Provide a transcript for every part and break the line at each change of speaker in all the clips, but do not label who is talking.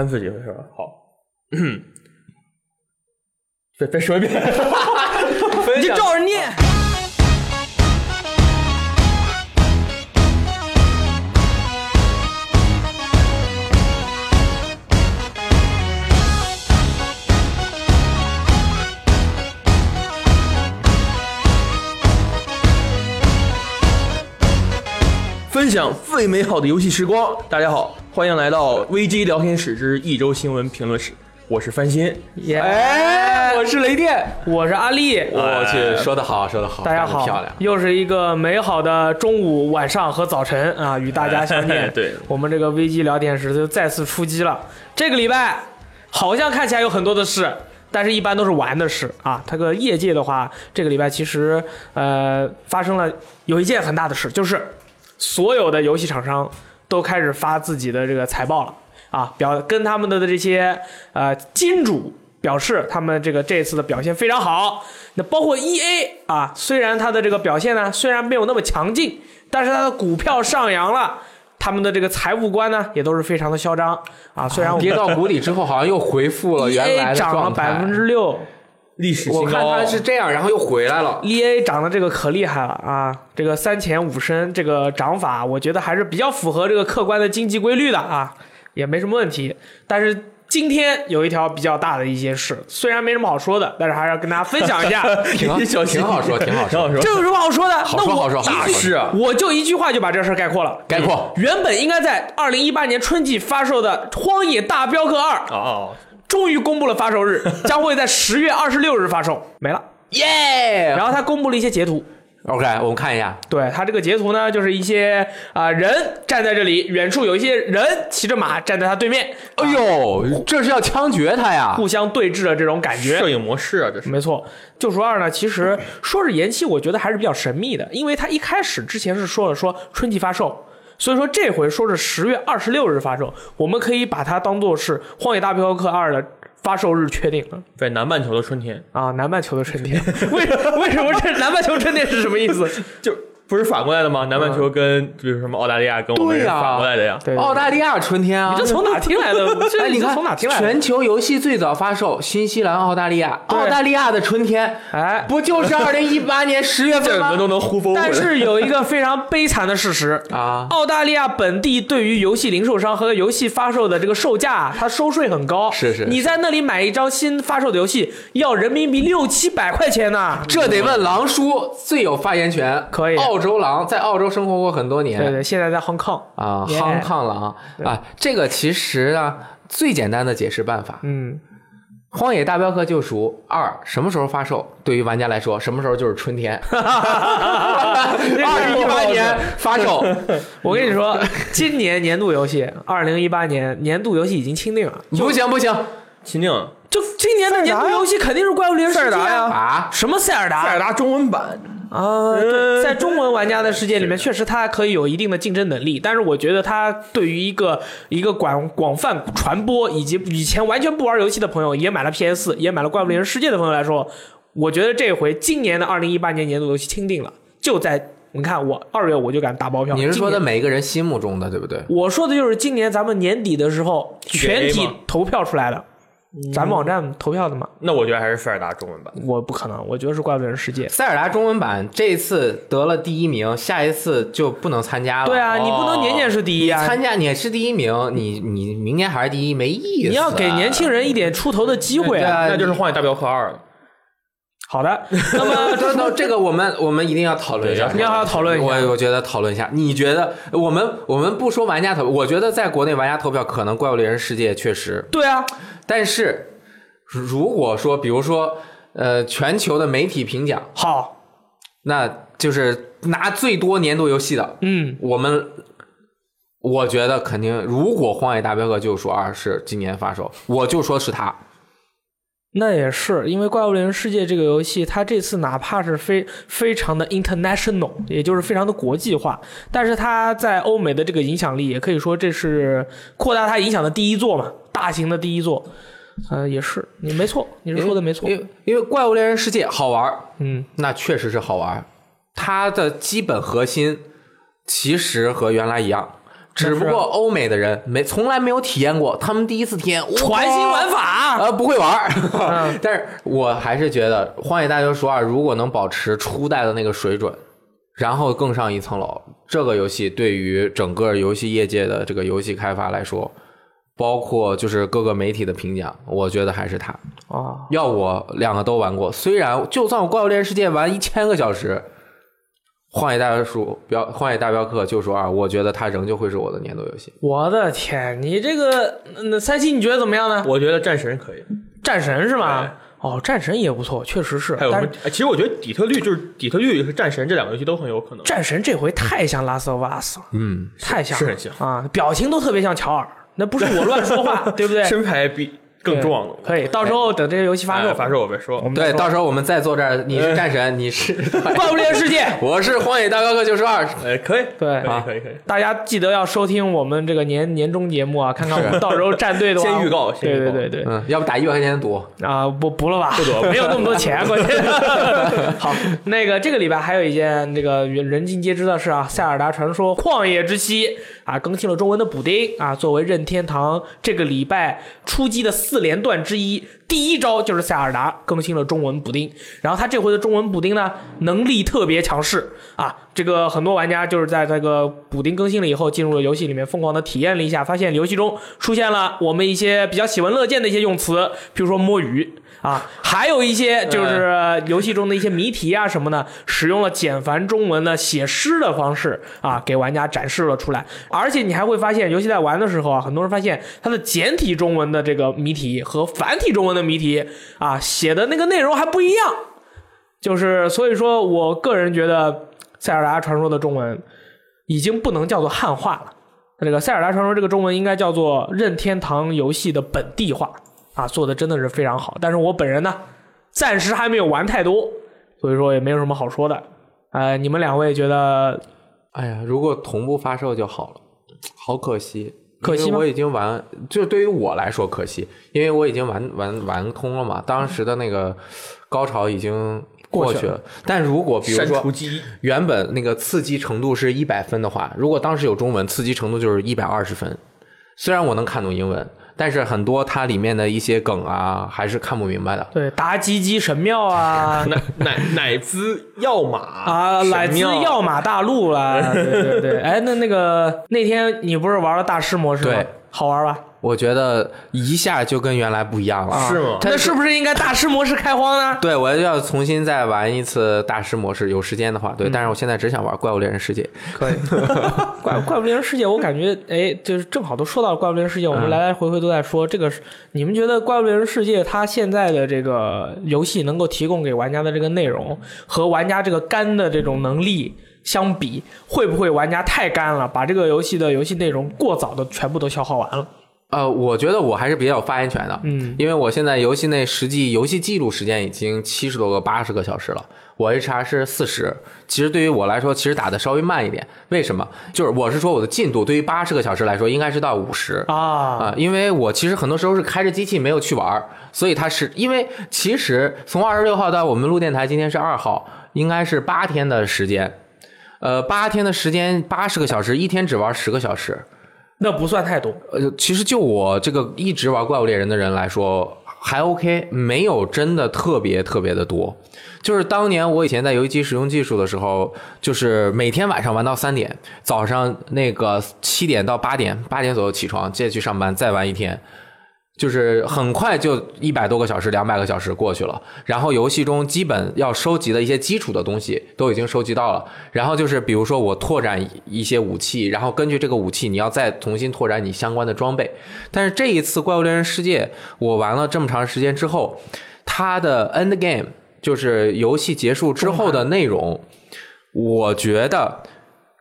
三次机会是吧？好， 再再说一 遍，
你就照着念。
分享最美好的游戏时光。大家好，欢迎来到危机聊天室之一周新闻评论室，我是翻新。
耶
哎，我是雷电，
啊我是阿丽，
哦哎
我去，说的好，说的好，
大家
干
好
得漂亮，。
又是一个美好的中午、晚上和早晨啊，与大家相见。
对
我们这个危机聊天室就再次出击了。这个礼拜好像看起来有很多的事，但是一般都是玩的事啊。这个业界的话，这个礼拜其实呃发生了有一件很大的事，就是所有的游戏厂商都开始发自己的这个财报了啊，表跟他们的这些呃金主表示他们这个这次的表现非常好。那包括 E A 啊，虽然它的这个表现呢虽然没有那么强劲，但是它的股票上扬了。他们的这个财务官呢，也都是非常的嚣张啊。虽然我
跌到谷底之后，好像又恢复了
E
原来
A
的
涨了
状
百分
态。
之六
历史
我
新
看
高，
他是这样，然后又回来了。
，E A 涨的这个可厉害了啊！这个三钱五升这个涨法，我觉得还是比较符合这个客观的经济规律的啊，也没什么问题。但是今天有一条比较大的一些事，虽然没什么好说的，但是还是要跟大家分享一 下。
挺好
小心
挺好说挺好说
挺好
这
说。
有什么好说的？
好说好说，
那
好
我
说
一句
是啊
我就一句话就把这事儿概括了。
概括。
原本应该在二零一八年春季发售的《荒野大镖客二》
啊
哦，
终于公布了发售 日，将会在十月二十六日发售，没了。
耶
然后他公布了一些截图，
OK，我们看一下，
对他这个截图呢，就是一些啊、人站在这里，远处有一些人骑着马站在他对面，
哎呦，这是要枪决他呀！
互相对峙的这种感觉
摄。影模式啊，这是。
没错，《救赎二》呢，其实说是延期，我觉得还是比较神秘的，因为它一开始之前是说了说春季发售，所以说这回说是十月二十六日发售，我们可以把它当做是《荒野大镖客二》的发售日确定了
在南半球的春天，
啊。南半球的春天，为为什么这南半球春天是什么意思？
就不是反过来的吗？南半球跟比如什么澳大利亚跟我们
嗯对
是
呀
反过来的呀。
对，
澳大利亚春天啊，
哦这从哪听来的？这
哎，你
这
看
从哪听来的？
全球游戏最早发售，新西兰、澳大利亚，
对
澳大利亚的春天，
哎
不就是二零一八年十月
这
份
你
吗
们？都能呼风唤雨。
但是有一个非常悲惨的事 实
啊
澳大利亚本地对于游戏零售商和游戏发售的这个售价啊，它收税很高。
是是
你在那里买一张新发售的游戏，要人民币六七百块钱呢、
这得问狼叔最有发言权。
可以
澳洲狼在澳洲生活过很多年。
对对，现在在 Hong Kong。
啊，
Yeah
夯抗狼啊，这个其实呢，最简单的解释办法，
嗯，
《荒野大镖客：救赎二》什么时候发售？对于玩家来说，什么时候就是 春天。二零一八年发 售，
我跟你说，今年年度游戏，二零一八年年度游戏已经钦定了。
不行不行
秦宁，
就今年的年度游戏肯定是《怪物猎人世界》
塞尔达呀
啊！
什么塞尔达？
达中文版
啊，对，
嗯
在中文玩家的世界里面，确实它可以有一定的竞争能力，但是我觉得它对于一个一个广广泛传播以及以前完全不玩游戏的朋友，也买了 PS，也买了《怪物猎人世界》的朋友来说，我觉得这回今年的二零一八年年度游戏钦定了，就在你看我二月我就敢打包票。
你是说
今
的
年？
每一个人心目中的，对不对？
我说的就是今年咱们年底的时候全
GA
体
吗
投票出来的，咱们网站投票的嘛，
那我觉得还是塞尔达中文版。
我不可能，我觉得是《怪物猎人世界》。
塞尔达中文版这一次得了第一名，下一次就不能参加了。
对啊，你不能年年是第一啊，
参加你是第一名，你你明年还是第一没意思。啊
你要给年轻人一点出头的机会
对
啊。
啊，
那就是《荒野大镖客二》了。
好的， 那么
等等，这个我们我们一定要讨论一下，
对
要要讨论一下
我我觉得讨论一下，你觉得我们我们不说玩家投，我觉得在国内玩家投票可能《怪物猎人世界》确实，
对啊，
但是如果说比如说呃全球的媒体评奖，
好，
那就是拿最多年度游戏的，
嗯，
我们我觉得肯定，如果《荒野大镖客：救赎二》是今年发售，我就说是它。
那也是因为《怪物猎人世界》这个游戏，它这次哪怕是非非常的 international，也就是非常的国际化，但是它在欧美的这个影响力，也可以说这是扩大它影响的第一座嘛，大型的第一座。呃，也是，你没错，你是说的没错
因。为因为《怪物猎人世界》好玩儿，
嗯，
那确实是好玩儿。它的基本核心其实和原来一样，只不过欧美的人没从来没有体验过，他们第一次体验
全新玩法，啊
呃，不会玩儿，
嗯
但是我还是觉得《荒野大求生二》如果能保持初代的那个水准，然后更上一层楼，这个游戏对于整个游戏业界的这个游戏开发来说，包括就是各个媒体的评奖，我觉得还是它。
啊，
要我两个都玩过，虽然就算我《怪物猎人世界》玩一千个小时，《荒野大叔标》《荒野大镖客：救赎二》，我觉得它仍旧会是我的年度游戏。
我的天，你这个嗯那三七你觉得怎么样呢？
我觉得战神可以，
战神是吗？哦，战神也不错，确实是。
还有什
但
么
是？
哎其实我觉得底特律就是底特律和战神这两个游戏都很有可能。
战神这回太像拉斯瓦斯了，
嗯，
太像
是
了
很像
啊，表情都特别像乔尔，那不是我乱说 话，对不对？
身牌比更壮了。
可以，到时候等这个游戏发售
哎发售我别说，
们
对，到时候我们再坐这儿，你是战神，你是，
《 怪物猎人世界》，
我是《荒野大镖客：啊救赎二》。
哎，可以，
对
可以，
啊
可以，可以。
大家记得要收听我们这个年年终节目啊，看看我们到时候站队的话，
先预告先
对
预
对
告
对对，
嗯，要不打一百块钱的赌？
啊，不不了吧，
不赌
没有那么多钱，关键。 好，那个这个礼拜还有一件这个人尽皆知的事啊，《塞尔达传说：旷野之息》啊，更新了中文的补丁啊，作为任天堂这个礼拜出击的四连段之一，第一招就是塞尔达更新了中文补丁，然后他这回的中文补丁呢，能力特别强势啊，这个很多玩家就是在这个补丁更新了以后，进入了游戏里面疯狂的体验了一下，发现游戏中出现了我们一些比较喜闻乐见的一些用词，比如说摸鱼。啊，还有一些就是呃游戏中的一些谜题啊什么的，使用了简繁中文的写诗的方式啊，给玩家展示了出来。而且你还会发现，游戏在玩的时候啊，很多人发现它的简体中文的这个谜题和繁体中文的谜题啊，写的那个内容还不一样。就是所以说我个人觉得《塞尔达传说》的中文已经不能叫做汉化了。这个《塞尔达传说》这个中文应该叫做任天堂游戏的本地化啊，做的真的是非常好。但是我本人呢，暂时还没有玩太多，所以说也没有什么好说的。呃，你们两位觉得
哎呀，如果同步发售就好了，好可惜。
可惜吗
因为我已经玩，就对于我来说可惜，因为我已经玩玩玩通了嘛，当时的那个高潮已经过去了。但如果比如
删除
说
记忆，
原本那个刺激程度是一百分的话，如果当时有中文，刺激程度就是一百二十分。虽然我能看懂英文，但是很多它里面的一些梗啊，还是看不明白的。
对达基基神庙啊
奶奶奶滋药马
啊，乃
神
至
庙
药马大陆啦，对对对。哎，那那个那天你不是玩了大师模式吗？
对，
好玩吧？
我觉得一下就跟原来不一样了。
啊
是吗？
那是不是应该大师模式开荒呢？
对，我要重新再玩一次大师模式，有时间的话，对。但是我现在只想玩《怪物猎人世界》。
嗯可以，怪怪物猎人世界，我感觉哎，就是正好都说到了怪物猎人世界，我们来来回回都在说、这个是。你们觉得怪物猎人世界它现在的这个游戏能够提供给玩家的这个内容和玩家这个肝的这种能力相比，会不会玩家太干了，把这个游戏的游戏内容过早的全部都消耗完了？
呃，我觉得我还是比较有发言权的，
嗯，
因为我现在游戏内实际游戏记录时间已经七十多个、八十个小时了，我 HR 是四十。其实对于我来说，其实打的稍微慢一点。为什么？就是我是说我的进度对于八十个小时来说，应该是到五十
啊，
啊，因为我其实很多时候是开着机器没有去玩儿，所以它是因为其实从二十六号到我们录电台今天是二号，应该是八天的时间，呃，八天的时间八十个小时，一天只玩十个小时，
那不算太多，
呃，其实就我这个一直玩怪物猎人的人来说，还 OK，没有真的特别特别的多。就是当年我以前在游戏机使用技术的时候，就是每天晚上玩到三点，早上那个七点到八点，八点左右起床，接着去上班，再玩一天。就是很快就一百多个小时、两百个小时过去了，然后游戏中基本要收集的一些基础的东西都已经收集到了，然后就是比如说我拓展一些武器，然后根据这个武器你要再重新拓展你相关的装备。但是这一次《怪物猎人世界》，我玩了这么长时间之后，它的 end game 就是游戏结束之后的内容，我觉得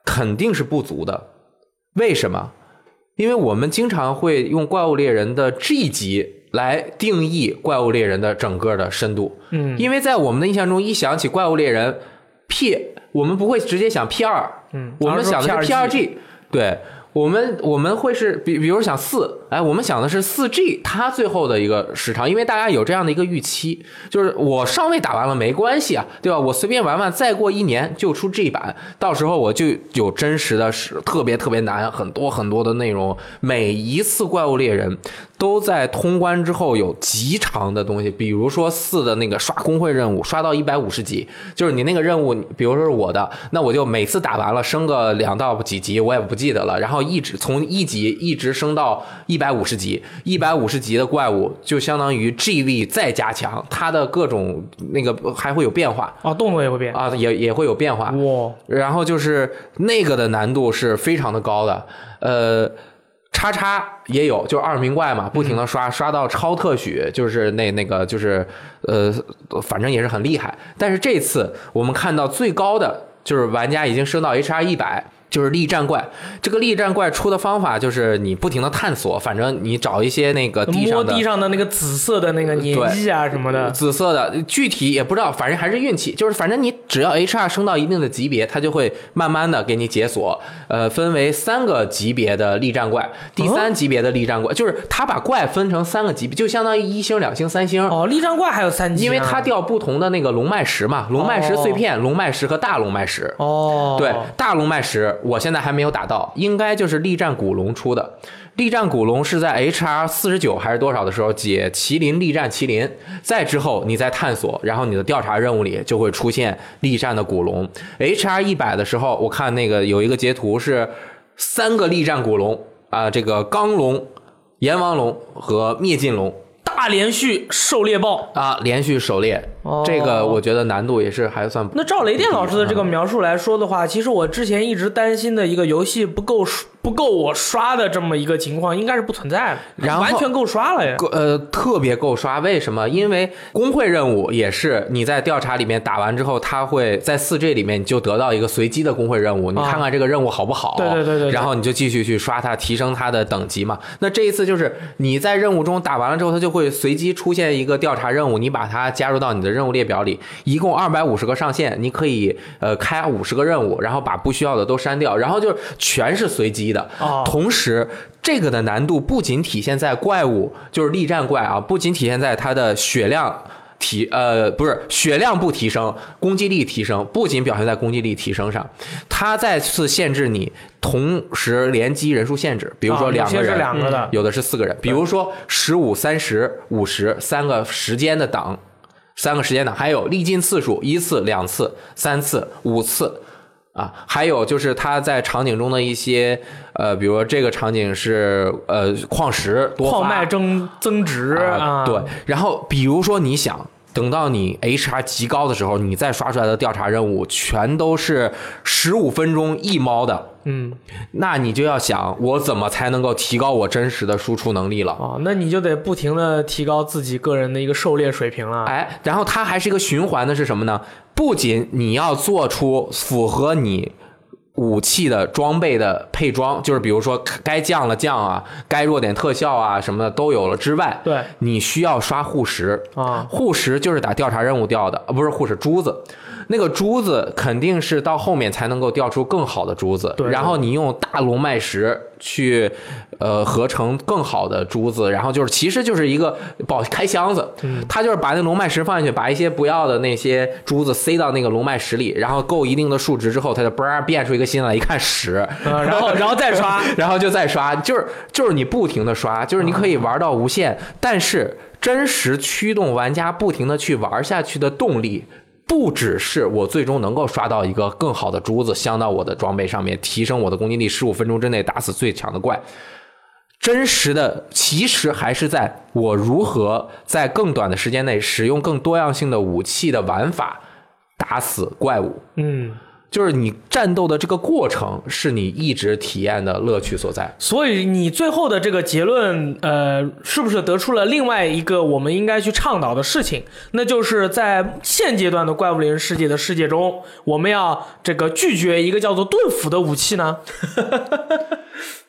肯定是不足的。为什么？因为我们经常会用《怪物猎人》的 G 级来定义《怪物猎人》的整个的深度。
嗯，
因为在我们的印象中，一想起《怪物猎人》P，我们不会直接想 P 二，
嗯
我们想的是 P 二 G，对我们我们会是比比如想四。哎，我们想的是四 G 它最后的一个时长，因为大家有这样的一个预期，就是我尚未打完了没关系啊，对吧？我随便玩玩，再过一年就出 G 版，到时候我就有真实的是特别特别难，很多很多的内容。每一次怪物猎人都在通关之后有极长的东西，比如说四的那个刷工会任务，刷到一百五十级，就是你那个任务，比如说是我的，那我就每次打完了升个两到几级，我也不记得了，然后一直从一级一直升到一百五十级，一百五十级的怪物就相当于 GV 再加强，它的各种那个还会有变化
啊，动作也会变。
啊，也也会有变化。
哇，
然后就是那个的难度是非常的高的，呃。叉叉也有，就是二名怪嘛，不停的刷、刷到超特许，就是那那个就是呃，反正也是很厉害。但是这次我们看到最高的就是玩家已经升到 HR 一百，就是力战怪。这个力战怪出的方法就是你不停的探索，反正你找一些那个地
摸
上的
地上的那个紫色的那个粘液啊什么的，
紫色的，具体也不知道，反正还是运气。就是反正你只要 HR 升到一定的级别，它就会慢慢的给你解锁。呃，分为三个级别的力战怪，第三级别的力战怪，就是它把怪分成三个级别，就相当于一星、两星、三星。
哦，力战怪还有三级啊，
因为它掉不同的那个龙脉石嘛，龙脉石碎片、龙脉石和大龙脉石。
哦，
对，大龙脉石我现在还没有打到，应该就是力战古龙出的。力战古龙是在 HR 四十九还是多少的时候解麒麟力战麒麟，再之后你再探索，然后你的调查任务里就会出现力战的古龙。HR 一百的时候，我看那个有一个截图是三个力战古龙啊、这个钢龙、阎王龙和灭尽龙。
大连续狩猎豹。
啊，连续狩猎，
哦
这个我觉得难度也是还算不。
那照雷电老师的这个
啊
描述来说的话，其实我之前一直担心的一个游戏不够不够我刷的这么一个情况，应该是不存在的，
然后
完全够刷了呀。
够呃特别够刷，为什么？因为工会任务也是你在调查里面打完之后，他会在四 G 里面你就得到一个随机的工会任务，你
啊
看看这个任务好不好，
对对对对对
然后你就继续去刷它，提升它的等级嘛。那这一次就是你在任务中打完了之后，它就会随机出现一个调查任务，你把它加入到你的任务列表里，一共二百五十个上限，你可以呃开五十个任务，然后把不需要的都删掉，然后就全是随机的。
哦
同时，这个的难度不仅体现在怪物，就是力战怪啊，不仅体现在它的血量。提呃不是血量不提升，攻击力提升，不仅表现在攻击力提升上，它再次限制你同时联机人数限制，比如说
啊
两个
有些
人，
是两个的，
有的是四个人，比如说十五、三十、五十三个时间的档，三个时间档，还有历尽次数，一次、两次、三次、五次。啊，还有就是它在场景中的一些，呃，比如说这个场景是呃矿石多发
矿脉增增值啊，
对，，然后比如说你想。等到你 HR 极高的时候，你再刷出来的调查任务全都是十五分钟一猫的，
嗯，
那你就要想我怎么才能够提高我真实的输出能力了。
哦，那你就得不停的提高自己个人的一个狩猎水平了。
哎，然后它还是一个循环的，是什么呢？不仅你要做出符合你武器的装备的配装，就是比如说该降了降啊，该弱点特效啊什么的都有了之外，
对
你需要刷护石
啊
护石就是打调查任务掉的，啊不是护石珠子，那个珠子肯定是到后面才能够调出更好的珠子，
对对
然后你用大龙脉石去呃合成更好的珠子，然后就是其实就是一个宝开箱子，
嗯
它就是把那龙脉石放进去，把一些不要的那些珠子塞到那个龙脉石里，然后够一定的数值之后，它就嘣儿变出一个新来，一 看十，
啊然后然后再 刷，
然后就再刷，就是就是你不停的刷，就是你可
啊
以玩到无限，但是真实驱动玩家不停的去玩下去的动力。不只是我最终能够刷到一个更好的珠子，镶到我的装备上面，提升我的攻击力，十五分钟之内打死最强的怪。真实的其实还是在我如何在更短的时间内使用更多样性的武器的玩法打死怪物。
嗯，
就是你战斗的这个过程是你一直体验的乐趣所在。
所以你最后的这个结论，呃，是不是得出了另外一个我们应该去倡导的事情？那就是在现阶段的怪物猎人世界的世界中，我们要这个拒绝一个叫做盾斧的武器呢？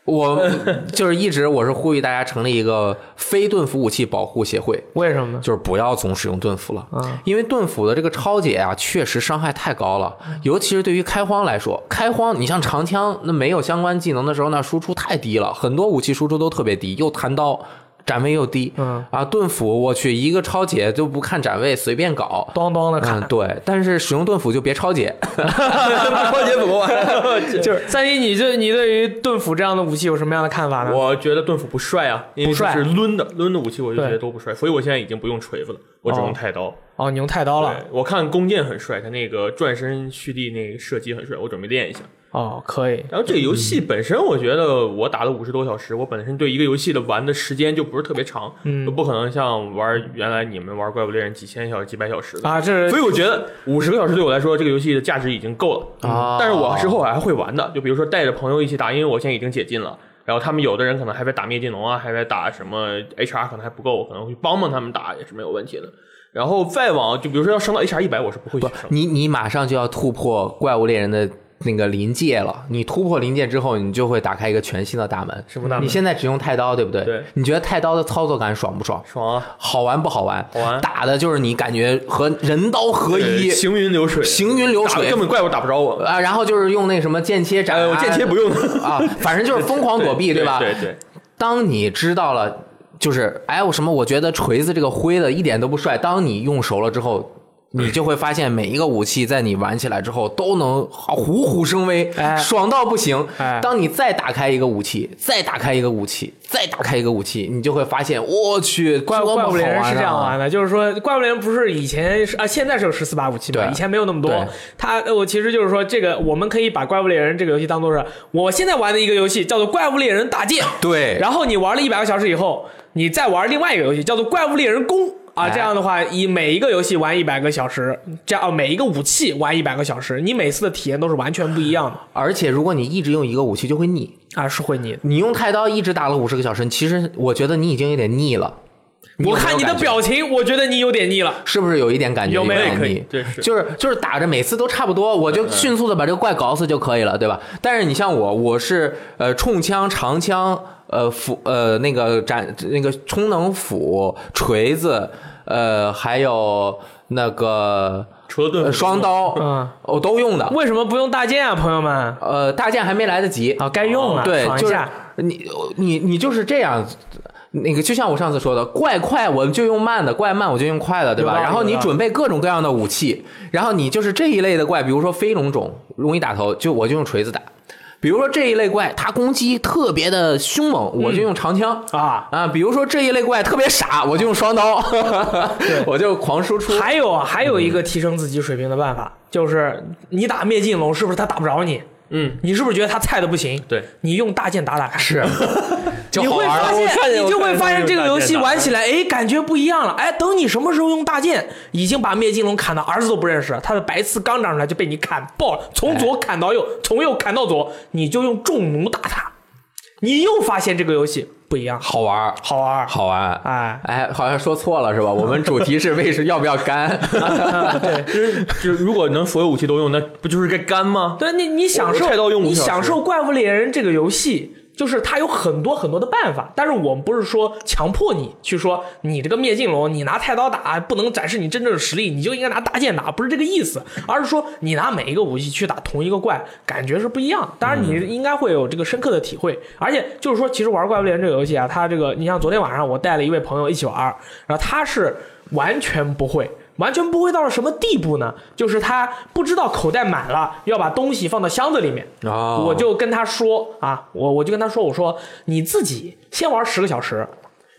我就是一直我是呼吁大家成立一个非盾服武器保护协会，
为什么呢？
就是不要总使用盾斧了
嗯，
因为盾斧的这个超解啊，确实伤害太高了，
嗯
尤其是对于开荒来说，开荒你像长枪，那没有相关技能的时候，那输出太低了，很多武器输出都特别低，又弹刀。展位又低，
嗯
啊，盾斧我去一个超解就不看展位，随便搞，
当当的砍
嗯，，对，但是使用盾斧就别超解，
关节 不完。
就是三一，你对你对于盾斧这样的武器有什么样的看法呢？
我觉得盾斧不帅啊，因为
不帅
是抡的，抡的武器我就觉得
对
都不帅，所以我现在已经不用锤子了，我只用太刀。
哦，你用太刀了
对，我看弓箭很帅，他那个转身蓄力那个射击很帅，我准备练一下。
哦，可以，
然后这个游戏本身，我觉得我打了五十多小时，我本身对一个游戏的玩的时间就不是特别长，
嗯
就不可能像玩原来你们玩怪物猎人几千小时、几百小时的。
啊，这
所
是
以我觉得五十个小时对我来说，这个游戏的价值已经够了。
哦
但是我之后还会玩的，就比如说带着朋友一起打，因为我现在已经解禁了。然后他们有的人可能还在打灭技能啊，还在打什么 HR，可能还不够，我可能会帮帮他们打也是没有问题的。然后再往就比如说要升到 HR 一百，我是不会去升的。
你你马上就要突破怪物猎人的那个临界了。你突破临界之后，你就会打开一个全新的大门。
什么大门
你现在只用太刀，对不对？
对。
你觉得太刀的操作感爽不爽？
爽啊！
好玩不好玩？
好玩
打的就是你感觉和人刀合一
对，行云流水，
行云流
打
水
根本怪物打不着我。
啊，然后就是用那什么剑切斩、
呃，我间歇不用
啊，反正就是疯狂躲避，
对
吧？
对对，
当你知道了，就是哎，我什么？我觉得锤子这个挥的一点都不帅。当你用熟了之后，
嗯
你就会发现每一个武器在你玩起来之后都能虎虎生威，
哎
爽到不行。
哎
当你再打开一个武器，再打开一个武器，再打开一个武器，你就会发现，我去，
怪
多么
怪物猎人
好
是这样
啊
玩的，就是说怪物猎人不是以前是啊，现在是有十四把武器嘛，
对
以前没有那么多
对。
他呃我其实就是说，这个我们可以把怪物猎人这个游戏当做是我现在玩的一个游戏，叫做怪物猎人大剑。
对，
然后你玩了一百个小时以后，你再玩另外一个游戏，叫做《怪物猎人弓》啊。
哎
这样的话，以每一个游戏玩一百个小时，这样哦，每一个武器玩一百个小时，你每次的体验都是完全不一样的
而且如果你一直用一个武器，就会腻。
啊，是会腻的。
你用太刀一直打了五十个小时，其实我觉得你已经有点腻了。你有
我
没有
看你的
感觉
表情，我觉得你有点腻了。
是不是有一点感觉
有没有
点
可以
腻
对是嗯
就是就是打着每次都差不多，我就迅速的把这个怪搞死就可以了，对吧？但是你像我，我是呃冲枪、长枪、呃斧呃那个斩那个充能斧、锤子，呃还有那个
除了盾
呃
斧
双，刀，
嗯，
我都用的。
为什么不用大剑啊，朋友们？
呃，大剑还没来得及
啊，该用了，
哦对
爽，一
就是
下。
你你你就是这样。那个就像我上次说的，怪快我就用慢的，怪慢我就用快的，对
有
吧？
道理
然后你
有道理
准备各种各样的武器，然后你就是这一类的怪，比如说飞龙种容易打头，就我就用锤子打；比如说这一类怪，它攻击特别的凶猛，我
嗯
就用长枪、
啊。
啊；比如说这一类怪特别傻，我就用 双刀，我就狂输出。
还有啊，还有一个提升自己水平的办法，就是你打灭尽龙，是不是他打不着你？
嗯，
你是不是觉得他菜的不行？
对，
你用大剑打打看，
是，就
你
好
会
玩
发
儿。
我看见
现，你就会发现这个游戏
我看见有大剑打
玩起来，哎，感觉不一样了。哎，等你什么时候用大剑，已经把灭金龙砍到儿子都不认识了，他的白刺刚长出来就被你砍爆了，从左砍到右，从右砍到左，你就用重弩打他，你又发现这个游戏不一样，
好玩儿，
好玩儿。
好玩，
哎
哎，好像说错了是吧？我们主题是为什么要不要 干？
就是就如果能所有武器都用，那不就是该干吗？
对你，你享
我
受
菜刀用五
你
小时
享受《怪物猎人》这个游戏，就是它有很多很多的办法，但是我们不是说强迫你去说你这个灭尽龙，你拿菜刀打不能展示你真正的实力，你就应该拿大剑打，不是这个意思，而是说你拿每一个武器去打同一个怪，感觉是不一样的。当然，你应该会有这个深刻的体会，而且就是说，其实玩《怪物猎人》这个游戏啊，它这个你像昨天晚上我带了一位朋友一起玩儿，然后他是完全不会。完全不会到了什么地步呢？就是他不知道口袋满了，要把东西放到箱子里面。
哦
我就跟他说啊，我我就跟他说，我说你自己先玩十个小时，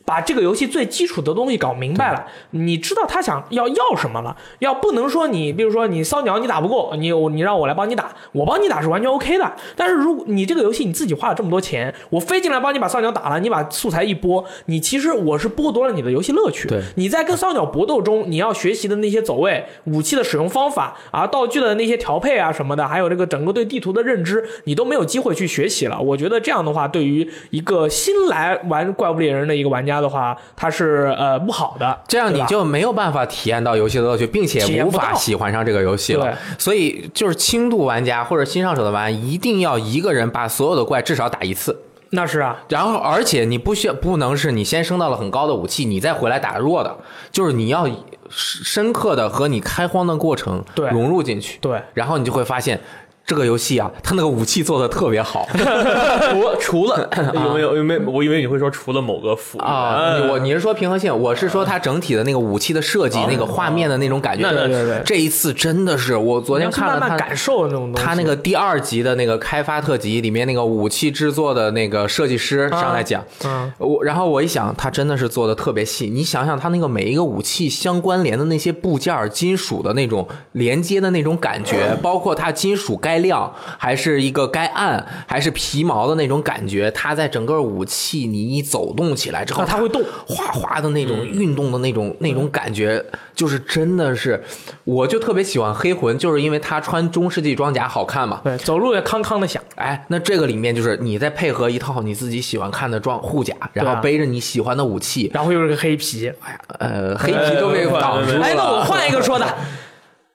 把这个游戏最基础的东西搞明白了，你知道他想要要什么了，要不能说你，比如说你骚鸟你打不过，你我你让我来帮你打，我帮你打是完全 OK 的。但是如果你这个游戏你自己花了这么多钱，我飞进来帮你把骚鸟打了，你把素材一播，你其实我是剥夺了你的游戏乐趣。
对
你在跟骚鸟搏斗中，你要学习的那些走位、武器的使用方法啊、道具的那些调配啊什么的，还有这个整个对地图的认知，你都没有机会去学习了。我觉得这样的话，对于一个新来玩怪物猎人的一个玩家的话，他是呃不好的。
这样你
对吧
就没有办法体验到游戏的乐趣，并
体
且
验
无
不
法
到
喜欢上这个游戏了
对。
所以，就是轻度玩家或者新上手的玩，一定要一个人把所有的怪至少打一次。
那是啊，
然后，而且你不需要不能是你先升到了很高的武器，你再回来打弱的，就是你要深刻的和你开荒的过程
对
融入进去，
对，
然后你就会发现这个游戏啊，它那个武器做的特别好
除除 了有
啊
没有有没有？我以为你会说除了某个服务
啊。
哎
你我你是说平衡性，我是说它整体的那个武器的设计，那个画面的那种感觉。
啊那那
对对
这一次真的是我昨
你
天
要去
看了
慢慢
它
感受那种东西。
他那个第二集的那个开发特辑里面那个武器制作的那个设计师上来
啊
讲，
嗯
我然后我一想，他真的是做的特别细。你想想，他那个每一个武器相关联的那些部件儿、金属的那种连接的那种感觉，包括它金属该亮还是一个该暗，还是皮毛的那种感觉，它在整个武器你一走动起来之后，
啊它会动，嗯
哗哗的那种运动的那种那种感觉，就是真的是，我就特别喜欢黑魂，就是因为他穿中世纪装甲好看嘛。
对，走路也康康的响。
哎，那这个里面就是你再配合一套你自己喜欢看的装护甲，然
对啊
后背着你喜欢的武器，
然后又是个黑皮，
呃，黑皮都被挡住了。
哎，那我换一个说的，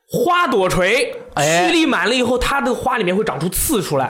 花朵锤
哎
蓄力满了以后，它的花里面会长出刺出来，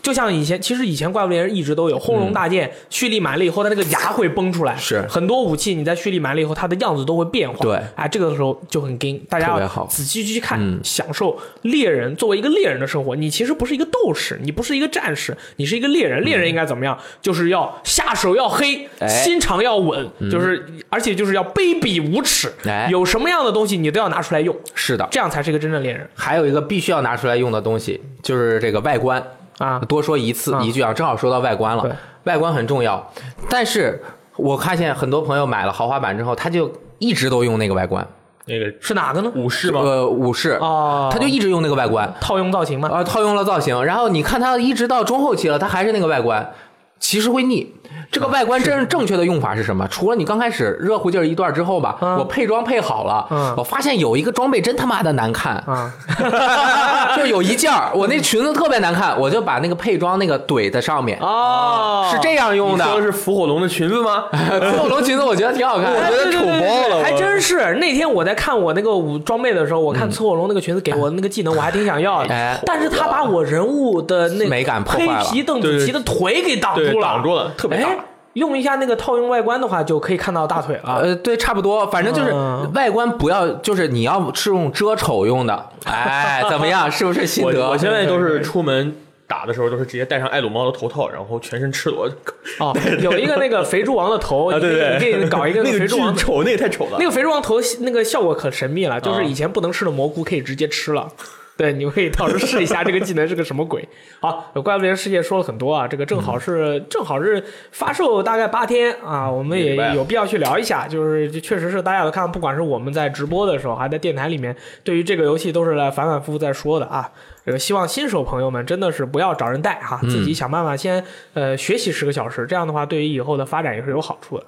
就像以前，其实以前怪物猎人一直都有轰龙大剑，蓄力满了以后，它那个牙会崩出来。
嗯是
很多武器你在蓄力满了以后，它的样子都会变化。
对
啊，这个时候就很跟大家
特别
要
好嗯
仔细去看，享受猎人作为一个猎人的生活。你其实不是一个斗士，你不是一个战士，你是一个猎人。猎人应该怎么样？就是要下手要黑，
嗯哎
心肠要稳，就是而且就是要卑鄙无耻。
嗯哎
有什么样的东西你都要拿出来用，
是的，
这样才是一个真正猎人
还有一个必须要拿出来用的东西，就是这个外观。
啊。
多说一次
啊
一句啊，正好说到外观
对
了，外观很重要。但是我发现很多朋友买了豪华版之后，他就一直都用那个外观，
那个
是哪个呢？
武士吗？
呃，武士，
哦，
他就一直用那个外观。
套用造型嘛。
啊，套用了造型，然后你看它一直到中后期了，它还是那个外观，其实会腻。这个外观真正确的用法是什么？除了你刚开始热乎劲儿一段之后吧，
嗯
我配装配好了，
嗯
我发现有一个装备真他妈的难看，
啊，
就是有一件儿我那裙子特别难看，我就把那个配装那个怼在上面，
哦，
是这样用
你
的。
说的是伏火龙的裙子 吗？
火龙裙子我觉得挺好看，
哎
我觉得丑爆了我
还真是。那天我在看我那个武装备的时候，我看侧火龙那个裙子给我的那个技能，我还挺想要的
嗯哎。
但是他把我人物的那
美感破
黑
坏了
皮邓紫棋的腿给挡
对
住，了，
挡住了，特别
哎
大。，
用一下那个套用外观的话，就可以看到大腿
啊
了。
呃，对，差不多，反正就是
嗯
外观不要，就是你要是用遮丑用的，哎，怎么样？是不是心
我
得？
我现在都是出门打的时候，都是直接戴上艾鲁猫的头套，然后全身赤裸。
哦，有一个那个肥猪王的 头，
啊，
你可
对
以
对，
你可以搞一个
那
肥
个
猪王
巨
的头
丑，那个太丑了。
那个肥猪王头那个效果可神秘了，就是
啊
以前不能吃的蘑菇可以直接吃了。对，你们可以到时候试一下这个技能是个什么鬼。好，有怪物猎人世界说了很多啊，这个正好是、正好是发售大概八天啊，我们也
嗯明白
有必要去聊一下，就是就确实是大家有看，不管是我们在直播的时候，还在电台里面，对于这个游戏都是来反反复复在说的啊。这个希望新手朋友们真的是不要找人带
嗯
哈、自己想办法先呃学习十个小时，这样的话对于以后的发展也是有好处的。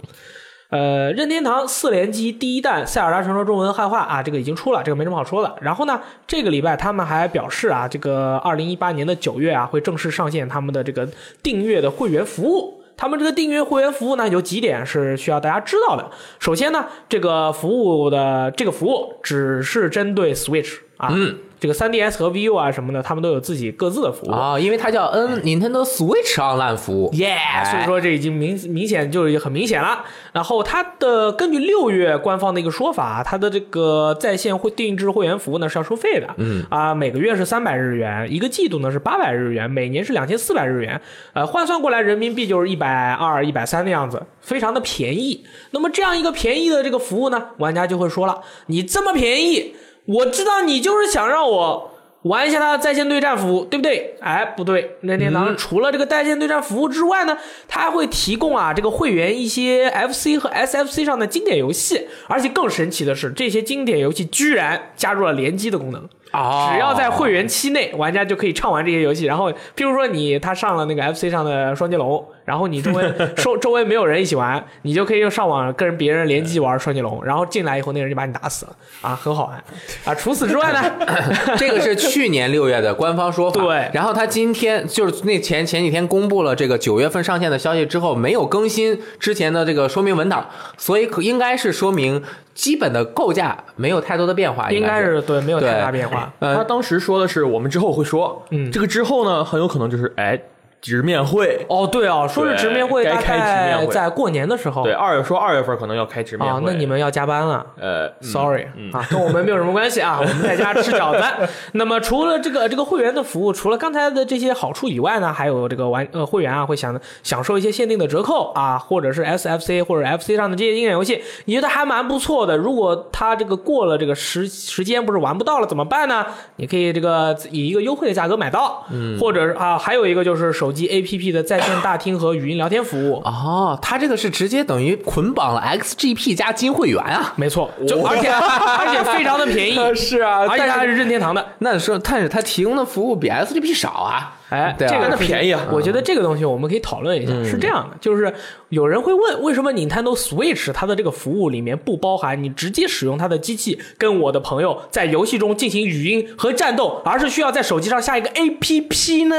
呃，任天堂四联机第一弹《塞尔达传说》中文汉化啊，这个已经出了，这个没什么好说的。然后呢，这个礼拜他们还表示啊，这个二零一八年的九月啊，会正式上线他们的这个订阅的会员服务。他们这个订阅会员服务呢，有几点是需要大家知道的。首先呢，这个服务的这个服务只是针对 Switch 啊，嗯，这个 3DS 和 VU 啊什么的，他们都有自己各自的服务。
啊、因为它叫 N Nintendo Switch Online 服务。哎
耶、哎所以说这已经明明显就是很明显了。然后它的根据六月官方的一个说法，它的这个在线会定制会员服务呢是要收费的，嗯啊，每个月是三百日元，一个季度呢是八百日元，每年是两千四百日元，呃，换算过来人民币就是一百二、一百三的样子，非常的便宜。那么这样一个便宜的这个服务呢，玩家就会说了，你这么便宜，我知道你就是想让我。玩一下它的在线对战服务，对不对？哎，不对，任天堂除了这个在线对战服务之外呢，它还会提供啊这个会员一些 FC 和 SFC 上的经典游戏，而且更神奇的是，这些经典游戏居然加入了联机的功能。
啊
只要在会 员期内，玩家就可以畅玩这些游戏。然后，譬如说你他上了那个 FC 上的双截龙，然后你周围周周围没有人一起玩，你就可以上网跟别人联机玩双截龙，然后进来以后那人就把你打死了啊，很好玩啊。除此之外呢，
这个是去年六月的官方说法，
对
然后他今天就是那前前几天公布了这个九月份上线的消息之后，没有更新之前的这个说明文档，所以可应该是说明基本的构架没有太多的变化，
应
应
该
是。
是对没哎有太大
对
变化。
他
呃，
当时说的是我们之后会说，
嗯
这个之后呢，很有可能就是哎。直面会，
哦，对哦，说是
对
直面会
该
大
开直面会
概在过年的时候，
对，二月说二月份可能要开直面
啊
会，，
那你们要加班了。
呃嗯
Sorry、啊，跟我们没有什么关系啊，我们在家吃早饭。那么除了这个这个会员的服务，除了刚才的这些好处以外呢，还有这个玩呃会员啊会享享受一些限定的折扣啊，或者是 SFC 或者 FC 上的这些应援游戏，你觉得还蛮不错的。如果它这个过了这个时时间不是玩不到了怎么办呢？你可以这个以一个优惠的价格买到，嗯，或者是啊还有一个就是手机 APP 的在线大厅和语音聊天服
啊
务。
哦，他这个是直接等于捆绑了 XGP 加金会员啊。
没错，就 而且而且非常的便宜，
是啊
而且它
但
还
是
是任天堂的，
那说，但是他提供的服务比 SGP 少啊。
哎，
对啊嗯
这个
那便宜啊
我觉得这个东西我们可以讨论一下。是这样的，就是有人会问，为什么 Nintendo Switch 它的这个服务里面不包含你直接使用它的机器跟我的朋友在游戏中进行语音和战斗，而是需要在手机上下一个 APP 呢？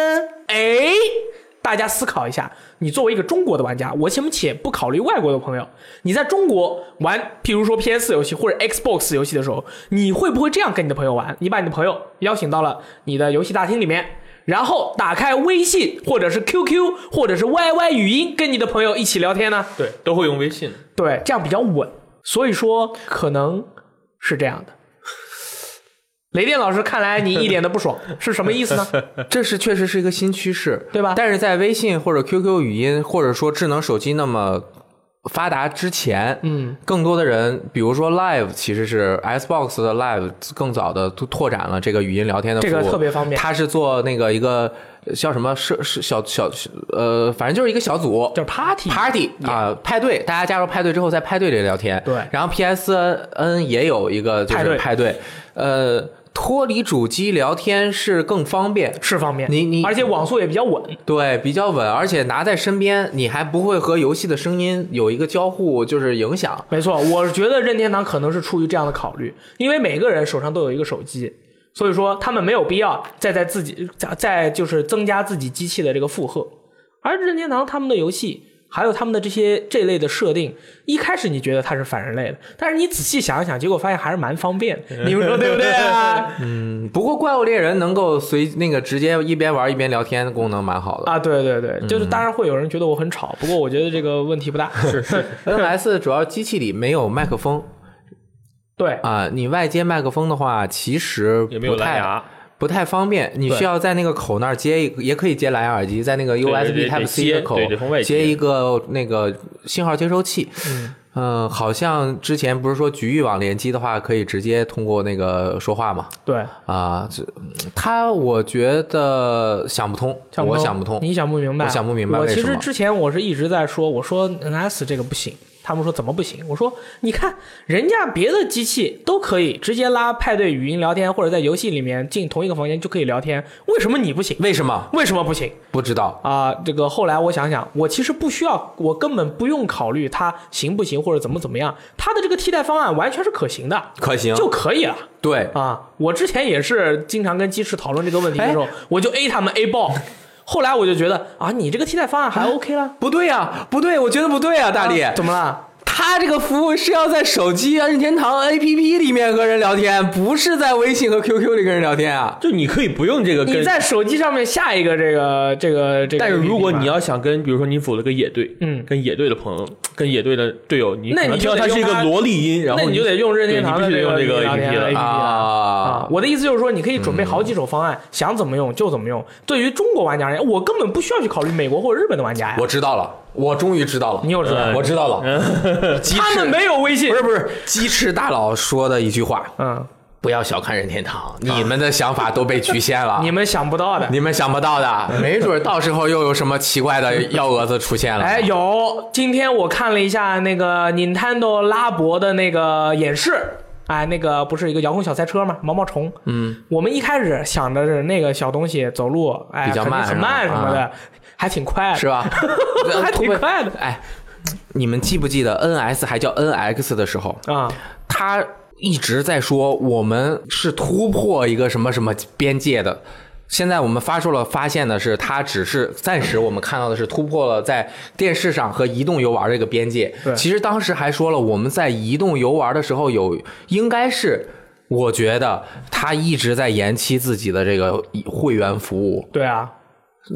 哎，大家思考一下，你作为一个中国的玩家，我且且不考虑外国的朋友，你在中国玩，譬如说 PS 游戏或者 Xbox 游戏的时候，你会不会这样跟你的朋友玩？你把你的朋友邀请到了你的游戏大厅里面。然后打开微信或者是 QQ 或者是 YY 语音，跟你的朋友一起聊天呢？
对，都会用微信。
对，这样比较稳。所以说，可能是这样的。雷电老师，看来你一脸的不 爽，是什么意思呢？
这是确实是一个新趋势，
对吧
但是在微信或者 QQ 语音，或者说智能手机那么发达之前，
嗯，
更多的人，比如说 Live，其实是 Xbox 的 Live 更早的拓展了这个语音聊天的服务，
这个特别方便
它是做那个一个呃叫什么社是小小呃，反正就是一个小组，
就是 party
party 啊、派对，大家加入派对之后在派对里聊天。
对
然后 PSN 也有一个就
派
是
对
派对，呃，脱离主机聊天是更方便。
是方面，
你你
而且网速也比较稳，
对，比较稳，而且拿在身边，你还不会和游戏的声音有一个交互，就是影响。
没错，我觉得任天堂可能是出于这样的考虑，因为每个人手上都有一个手机，所以说他们没有必要再在自己再再就是增加自己机器的这个负荷。而任天堂他们的游戏，还有他们的这些这类的设定，一开始你觉得它是反人类的，但是你仔细想一想，结果发现还是蛮方便的，你们说对不对啊？
嗯，不过怪物猎人能够随那个直接一边玩一边聊天的功能蛮好的。
啊，对对对，就是当然会有人觉得我很吵，不过我觉得这个问题不大。是 是，
NS 主要机器里没有麦克风
对，
啊、你外接麦克风的话，其实
也没有
不太
蓝牙，
不太方便，你
对
需要在那个口那儿接一个，也可以接蓝牙耳机，在那个
对
USB
得
Type
接
C 的口
对得从外接
接一个那个信号接收器。嗯，好像之前不是说局域网联机的话，可以直接通过那个说话嘛？
对，
啊，这他我觉得想不通，
想不
我
通
想不通。
你想不明白，
我想不明白
我
为
其
什
实
么
之前我是一直在说，我说 NS 这个不行，他们说怎么不行？我说你看人家别的机器都可以直接拉派对语音聊天，或者在游戏里面进同一个房间就可以聊天，为什么你不行？
为什么
为什么不行
不知道？
啊、这个后来我想想，我其实不需要，我根本不用考虑它行不行或者怎么怎么样，它的这个替代方案完全是可行的，
可行，
就可以了。
对，
啊，我之前也是经常跟鸡翅讨论这个问题的时
哎
候，我就 A 他们 A 爆，后来我就觉得啊，你这个替代方案还
嗯
OK
啊
了，
不对呀，不对，我觉得不对呀，大力
啊，怎么了？
他这个服务是要在手机啊任天堂 APP 里面和人聊天，不是在微信和 QQ 里跟人聊天啊。
就你可以不用这个跟
你在手机上面下一个这个这个这个
但
APP 嘛，
是如果你要想跟，比如说你组了个野队，
嗯
跟野队的朋友，跟野队的队友，你可
那你
能
就
听到
得
他是一
用
个
它
萝莉音，然后
那你就得用任天堂的
对你必须得
个
用这个
聊天
APP 了
APP 啊。
啊
啊，我的意思就是说，你可以准备好
嗯
几手方案，想怎么用就怎么用。对于中国玩家而言，我根本不需要去考虑美国或者日本的玩家呀。
我知道了，我终于知道了。
你又知道了嗯
我知道了。鸡
他们没有微信，
不是不是，鸡翅大佬说的一句话：
嗯，
不要小看任天堂，
啊
你们的想法都被局限 了。
你们想不到的。
你们想不到的，没准到时候又有什么奇怪的幺蛾子出现了。
哎，有，今天我看了一下那个 Nintendo 拉博的那个演示，哎，那个不是一个遥控小赛车吗？毛毛虫。嗯，我们一开始想着是那个小东西走路，哎，
比较
肯定
慢
很
是吧
慢什么的，
啊
还挺快的，？
是吧
还挺快的
哎，你们记不记得 NS 还叫 NX 的时候，
啊、
他一直在说我们是突破一个什么什么边界的。现在我们发出了发现的是，它只是暂时我们看到的是突破了在电视上和移动游玩这个边界
对。
其实当时还说了，我们在移动游玩的时候有应该是，我觉得他一直在延期自己的这个会员服务。
对啊，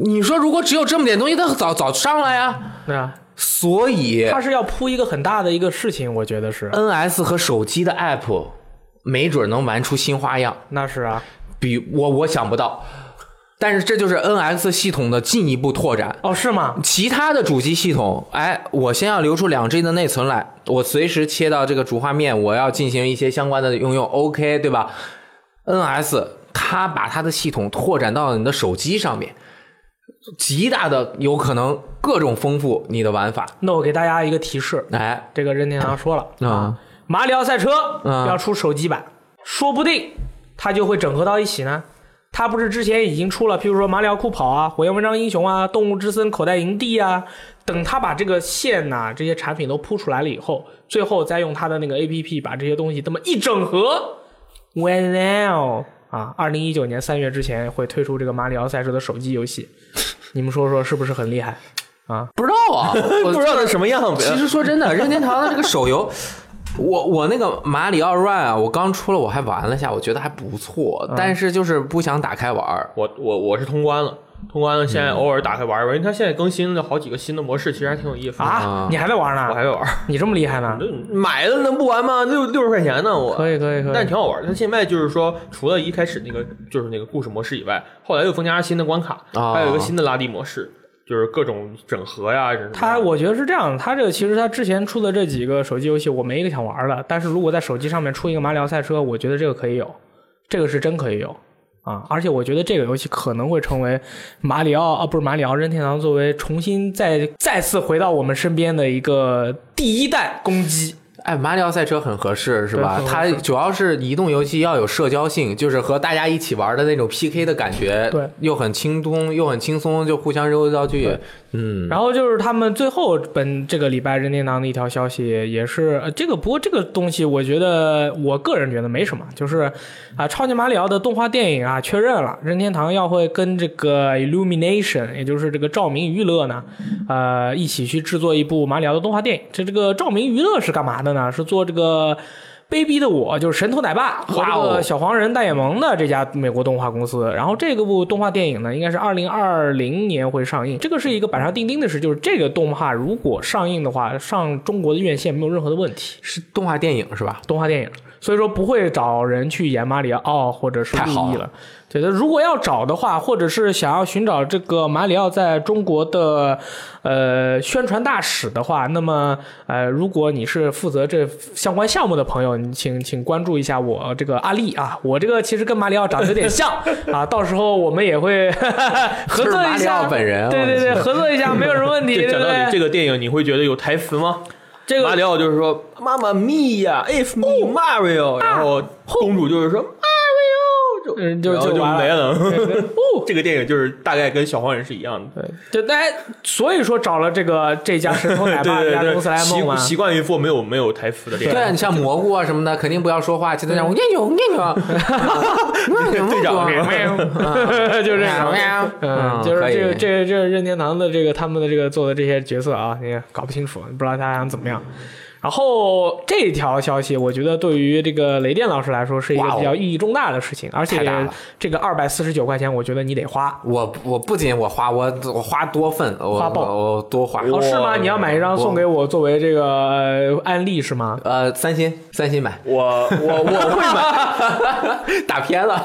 你说如果只有这么点东西，他早早上来呀、
对啊，
所以
他是要铺一个很大的一个事情，我觉得是，
NS 和手机的 App 没准能玩出新花样，
那是啊，
比我我想不到。但是这就是 NS 系统的进一步拓展。
哦，是吗？
其他的主机系统，哎，我先要留出两 G 的内存来，我随时切到这个主画面，我要进行一些相关的应用，OK，对吧？NS 它把它的系统拓展到你的手机上面，极大的有可能各种丰富你的玩法。
那我给大家一个提示，
哎，
这个任天堂说了，
啊、
马里奥赛车
啊
嗯
要出手机版，说不定它就会整合到一起呢。它不是之前已经出了，譬如说马里奥酷跑啊、火焰纹章英雄啊、动物之森口袋营地啊，等它把这个线呐、这些产品都铺出来了以后，最后再用它的那个 APP 把这些东西这么一整合，Well now 啊，二零一九年三月之前会推出这个马里奥赛车的手机 游戏，你们说说是不是很厉害？
不知 道啊，我
不知道它什么 样
其
子。
实说真的，任天堂的这个手游，我我那个马里奥 Run 啊，我刚出了我还玩了一下，我觉得还不错，
嗯
但是就是不想打开玩儿。
我我我是通关了，通关了，
嗯
现在偶尔打开玩一玩，因为它现在更新了好几个新的模式，其实还挺有意思的。
啊，你还在玩
我还在
呢？
玩，
你这么厉害呢？
买了能不玩吗？六六十块钱呢，我。
可以可以可以，
但挺好玩儿。它现在就是说，除了一开始那个就是那个故事模式以外，后来又增加了新的关卡，
哦
啊
还有一个新的拉力模式，就是各种整合呀。什么的
它我觉得是这样，它这个其实它之前出的这几个手机游戏，我没一个想玩的。但是如果在手机上面出一个马里奥赛车，我觉得这个可以有，这个是真可以有啊！而且我觉得这个游戏可能会成为马里奥啊，不是马里奥任天堂作为重新再再次回到我们身边的一个第一代攻击。
哎，马里奥赛车很合适是吧
对？很合
它
适
主要是移动游戏要有社交性，就是和大家一起玩的那种 PK 的感觉，
对，
又很轻松，又很轻松，就互相扔道具，嗯，
然后就是他们最后本这个礼拜任天堂的一条消息，也是、呃、这个，不过这个东西我觉得我个人觉得没什么，就是啊、超级马里奥的动画电影啊确认了，任天堂要会跟这个 Illumination，也就是这个照明娱乐呢，呃，一起去制作一部马里奥的动画电影。这这个照明娱乐是干嘛的呢？是做这个。卑鄙的我就是神偷奶爸和
哇
这
哦
个小黄人大眼萌的这家美国动画公司。然后这个部动画电影呢，应该是二零二零年会上映。这个是一个板上钉钉的事，就是这个动画如果上映的话，上中国的院线没有任何的问题。
是动画电影是吧？
动画电影，所以说不会找人去演马里奥或者是
太
利
好
益
了
了。对的，如果要找的话，或者是想要寻找这个马里奥在中国的呃宣传大使的话，那么呃，如果你是负责这相关项目的朋友，你请 请关注一下我这个阿丽啊，我这个其实跟马里奥长得有点像啊，到时候我们也会 合
就是
作
马
一
里奥
下。
本人，
对对对，
我
合作一下没有什么问 题，
这
对
讲
不
道理，这
对？
个电影你会觉得有台词吗？
这
马
个 Oh，
里奥就是说妈妈咪呀，If me Mario，然后公主就是说 Mario，就
啊哦嗯就
然后
就
就
完了
没了。
对哦，
这个电影就是大概跟小黄人是一样的。
对，大家所以说找了这个这家神偷奶爸 这
对
家
对
公司
对，
来
习
弄嘛，啊
习惯于做没有没有台词的电
对啊，
影。
你像蘑菇啊什么的，肯定不要说话，就在那儿我念我念 嗯我，
队长 是吧
就这样。哎嗯，就是这个
个
这个这个任天堂的这个他们的这个做的这些角色啊，你也搞不清楚，不知道他想怎么样。然后这条消息，我觉得对于这个雷电老师来说是一个
哇哦
比较意义重大的事情，而且
太大了
这个二百四十九块钱，我觉得你得花。
我我不仅我花我我花多份，我
花爆
我多花。
哦，是吗？你要买一张送给我作为这个呃案例是吗？
呃，三星三星买
我 我我会买，
打 偏了，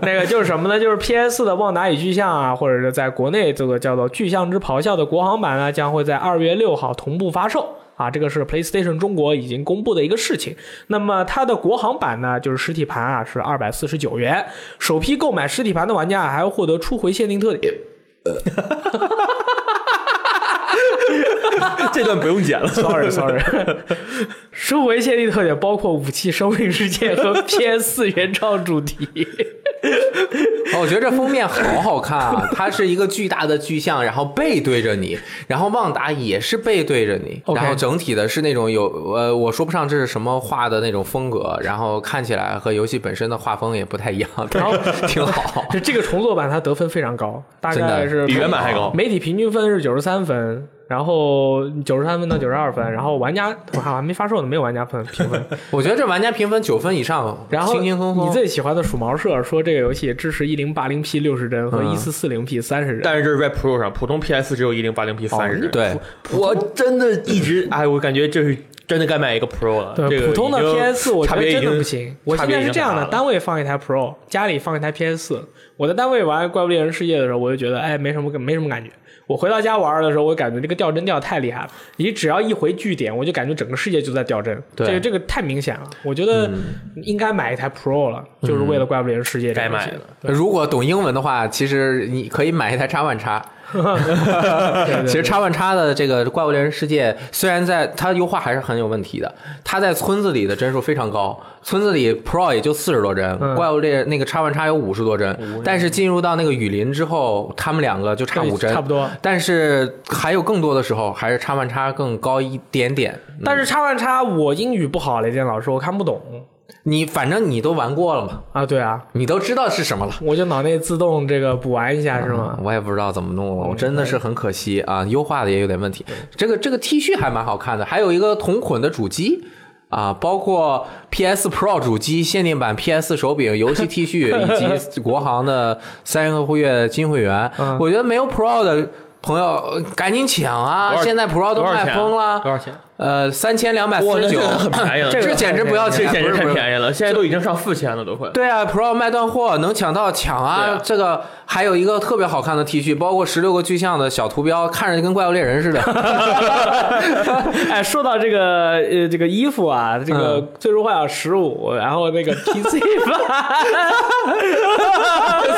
那个就是什么呢？就是 PS 的《旺达与巨像》啊，或者是在国内这个叫做《巨像之咆哮》的国行版呢，将会在二月六号同步发售。啊，这个是 PlayStation 中国已经公布的一个事情。那么它的国行版呢，就是实体盘啊是二百四十九元，首批购买实体盘的玩家啊还会获得初回限定特点。
这段不用剪了。
Sorry Sorry，初回限定特点包括武器、生命世界和 PS 4原创主题。
哦我觉得这封面好好看啊！它是一个巨大的巨像，然后背对着你，然后旺达也是背对着你
OK
然后整体的是那种有呃，我说不上这是什么画的那种风格，然后看起来和游戏本身的画风也不太一样，然后挺好。
就这个重做版，它得分非常高，大
真
概
的
是
比原版还高
媒体平均分是九十三分，然后九十三分到九十二分，然后玩家我看还没发售呢，没有玩家分评分。
我觉得这玩家评分九分以上，
然后
轻轻松松。
你最喜欢的鼠毛社说这个游戏支持一零八零 P 六十帧和
嗯
一四四零 P 三十帧。
但是这是在 Pro 上，普通 PS 只有一零八零
哦
P 三十。
对，
我真的一直哎，我感觉这是真的该买一个 Pro 了。这
啊对，
个
普通的
已经
PS 我觉
差
得
别
真
已
的
经
不行。我
差
现
别
在
已
是
经
这样
很
的，
大了
单位放一台 Pro，家里放一台 PS 四。我在单位玩《怪物猎人世界》的时候，我就觉得哎没什么没什么感觉。我回到家玩的时候，我感觉这个掉帧掉得太厉害了。你只要一回据点，我就感觉整个世界就在掉帧。
对
这个这个太明显了。我觉得应该买一台 Pro 了，就是为了《怪物猎人世界》这个
该
游戏
买了。
如果懂英文的话，其实你可以买一台叉 万叉。
对对对
其实叉万叉的这个《怪物猎人世界》，虽然在它优化还是很有问题的，它在村子里的帧数非常高，村子里 Pro 也就四十多帧，
嗯
怪物猎那个叉万叉有五十多帧，但是进入到那个雨林之后，他们两个就差五帧，
差
嗯
不多。
但是还有更多的时候，还是叉万叉更高一点点。
但是叉万叉我英语不好，雷电老师，我看不懂
你反正你都玩过了嘛，
啊。对啊，
你都知道是什么了。
我就脑内自动这个补完一下是吗？
啊我也不知道怎么
嗯
弄了，我真的是很可惜
哎
啊，优化的也有点问题。这个这个 T 恤还蛮好看的，还有一个同捆的主机。啊，包括 PS Pro 主机、限定版 PS 手柄、游戏 T 恤以及国行的三个会月金会员，
嗯
我觉得没有 Pro 的朋友呃赶紧抢啊
多！少
现在 Pro 都
多少
卖
钱啊
疯了
多，少钱？
呃，三千两百
哇
四
那这
十九
个，很便宜了
这个
这简直不要
这
钱，
简直
不是
太
不是
便宜了，现在都已经上四千了，都快。
对啊，Pro 卖断货，能抢到抢啊！
对啊
这个还有一个特别好看的 T 恤，包括十六个巨像的小图标，看着就跟怪物猎人 似的。
哎，说到这个呃这个衣服啊，这个
嗯
《最终幻想十五》，然后那个 PC 版，
怎么了？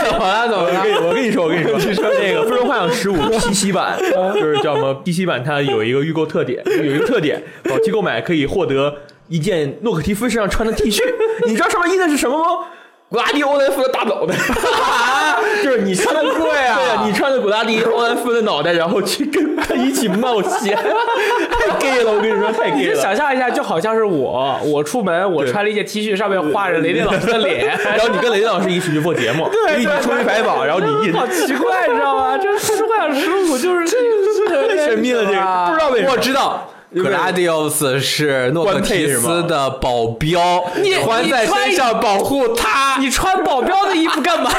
怎么
我
了
跟？你 我跟你说，我跟你说，你说那 个《最终幻想十五》PC 版，就是叫什么 PC 版，它有一个预购特点，有一个特点，早期购买可以获得一件诺克提夫身上穿的 T 恤，你知道上面印的是什么吗？古拉迪欧文夫的大脑袋，就是你穿的贵
啊
对呀，你穿着古拉迪欧文夫的脑袋，然后去跟他一起冒险， 太 gay 了！我跟你说，太
你
gay
就
了。
想象一下，就好像是我，我出门我
对
穿了一件 T 恤，上面画着雷电老师的脸，
然后你跟雷电老师一起去做节 目，一起出去百宝，然后你一
好奇怪，你知道吗？这《最终幻想十五》就是这
神秘了这个，不知道为什么。
啊我知道。
因为
Gladius 是诺克提斯的保镖，
你
穿在身上保护他。
你穿保镖的衣服 干嘛？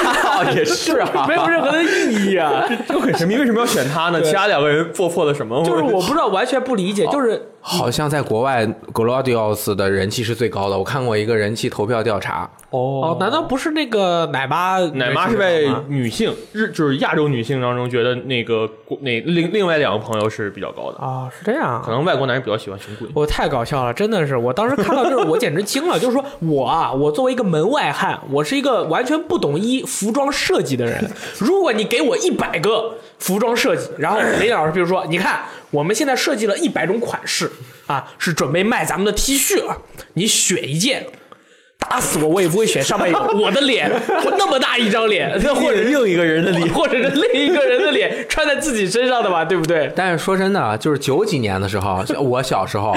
也是啊
没有任何的意义啊！
就很神秘，为什么要选他呢？其他两个人做错了什么？
就是我不知道，完全不理解，就是
好像在国外，Gladius 的人气是最高的。我看过一个人气投票调查，
哦，难道不是那个奶妈？
奶妈是在女性日就是亚洲女性当中，觉得那个那另另外两个朋友是比较高的，
啊，是这样
可。能外国男人比较喜欢穷鬼。
我太搞笑了，真的是！我当时看到这儿，我简直惊了。就是说我啊，我作为一个门外汉，我是一个完全不懂衣服装设计的人。 如果你给我一百个服装设计，然后雷老师，比如说，你看我们现在设计了一百种款式啊，是准备卖咱们的 T 恤了，你选一件。打死我，我也不会选上面有我的脸，我那么大一张脸，或者
另一个人的脸，
或者是另一个人的脸穿在自己身上的吧，对不对？
但是说真的啊，就是九几年的时候，我小时候，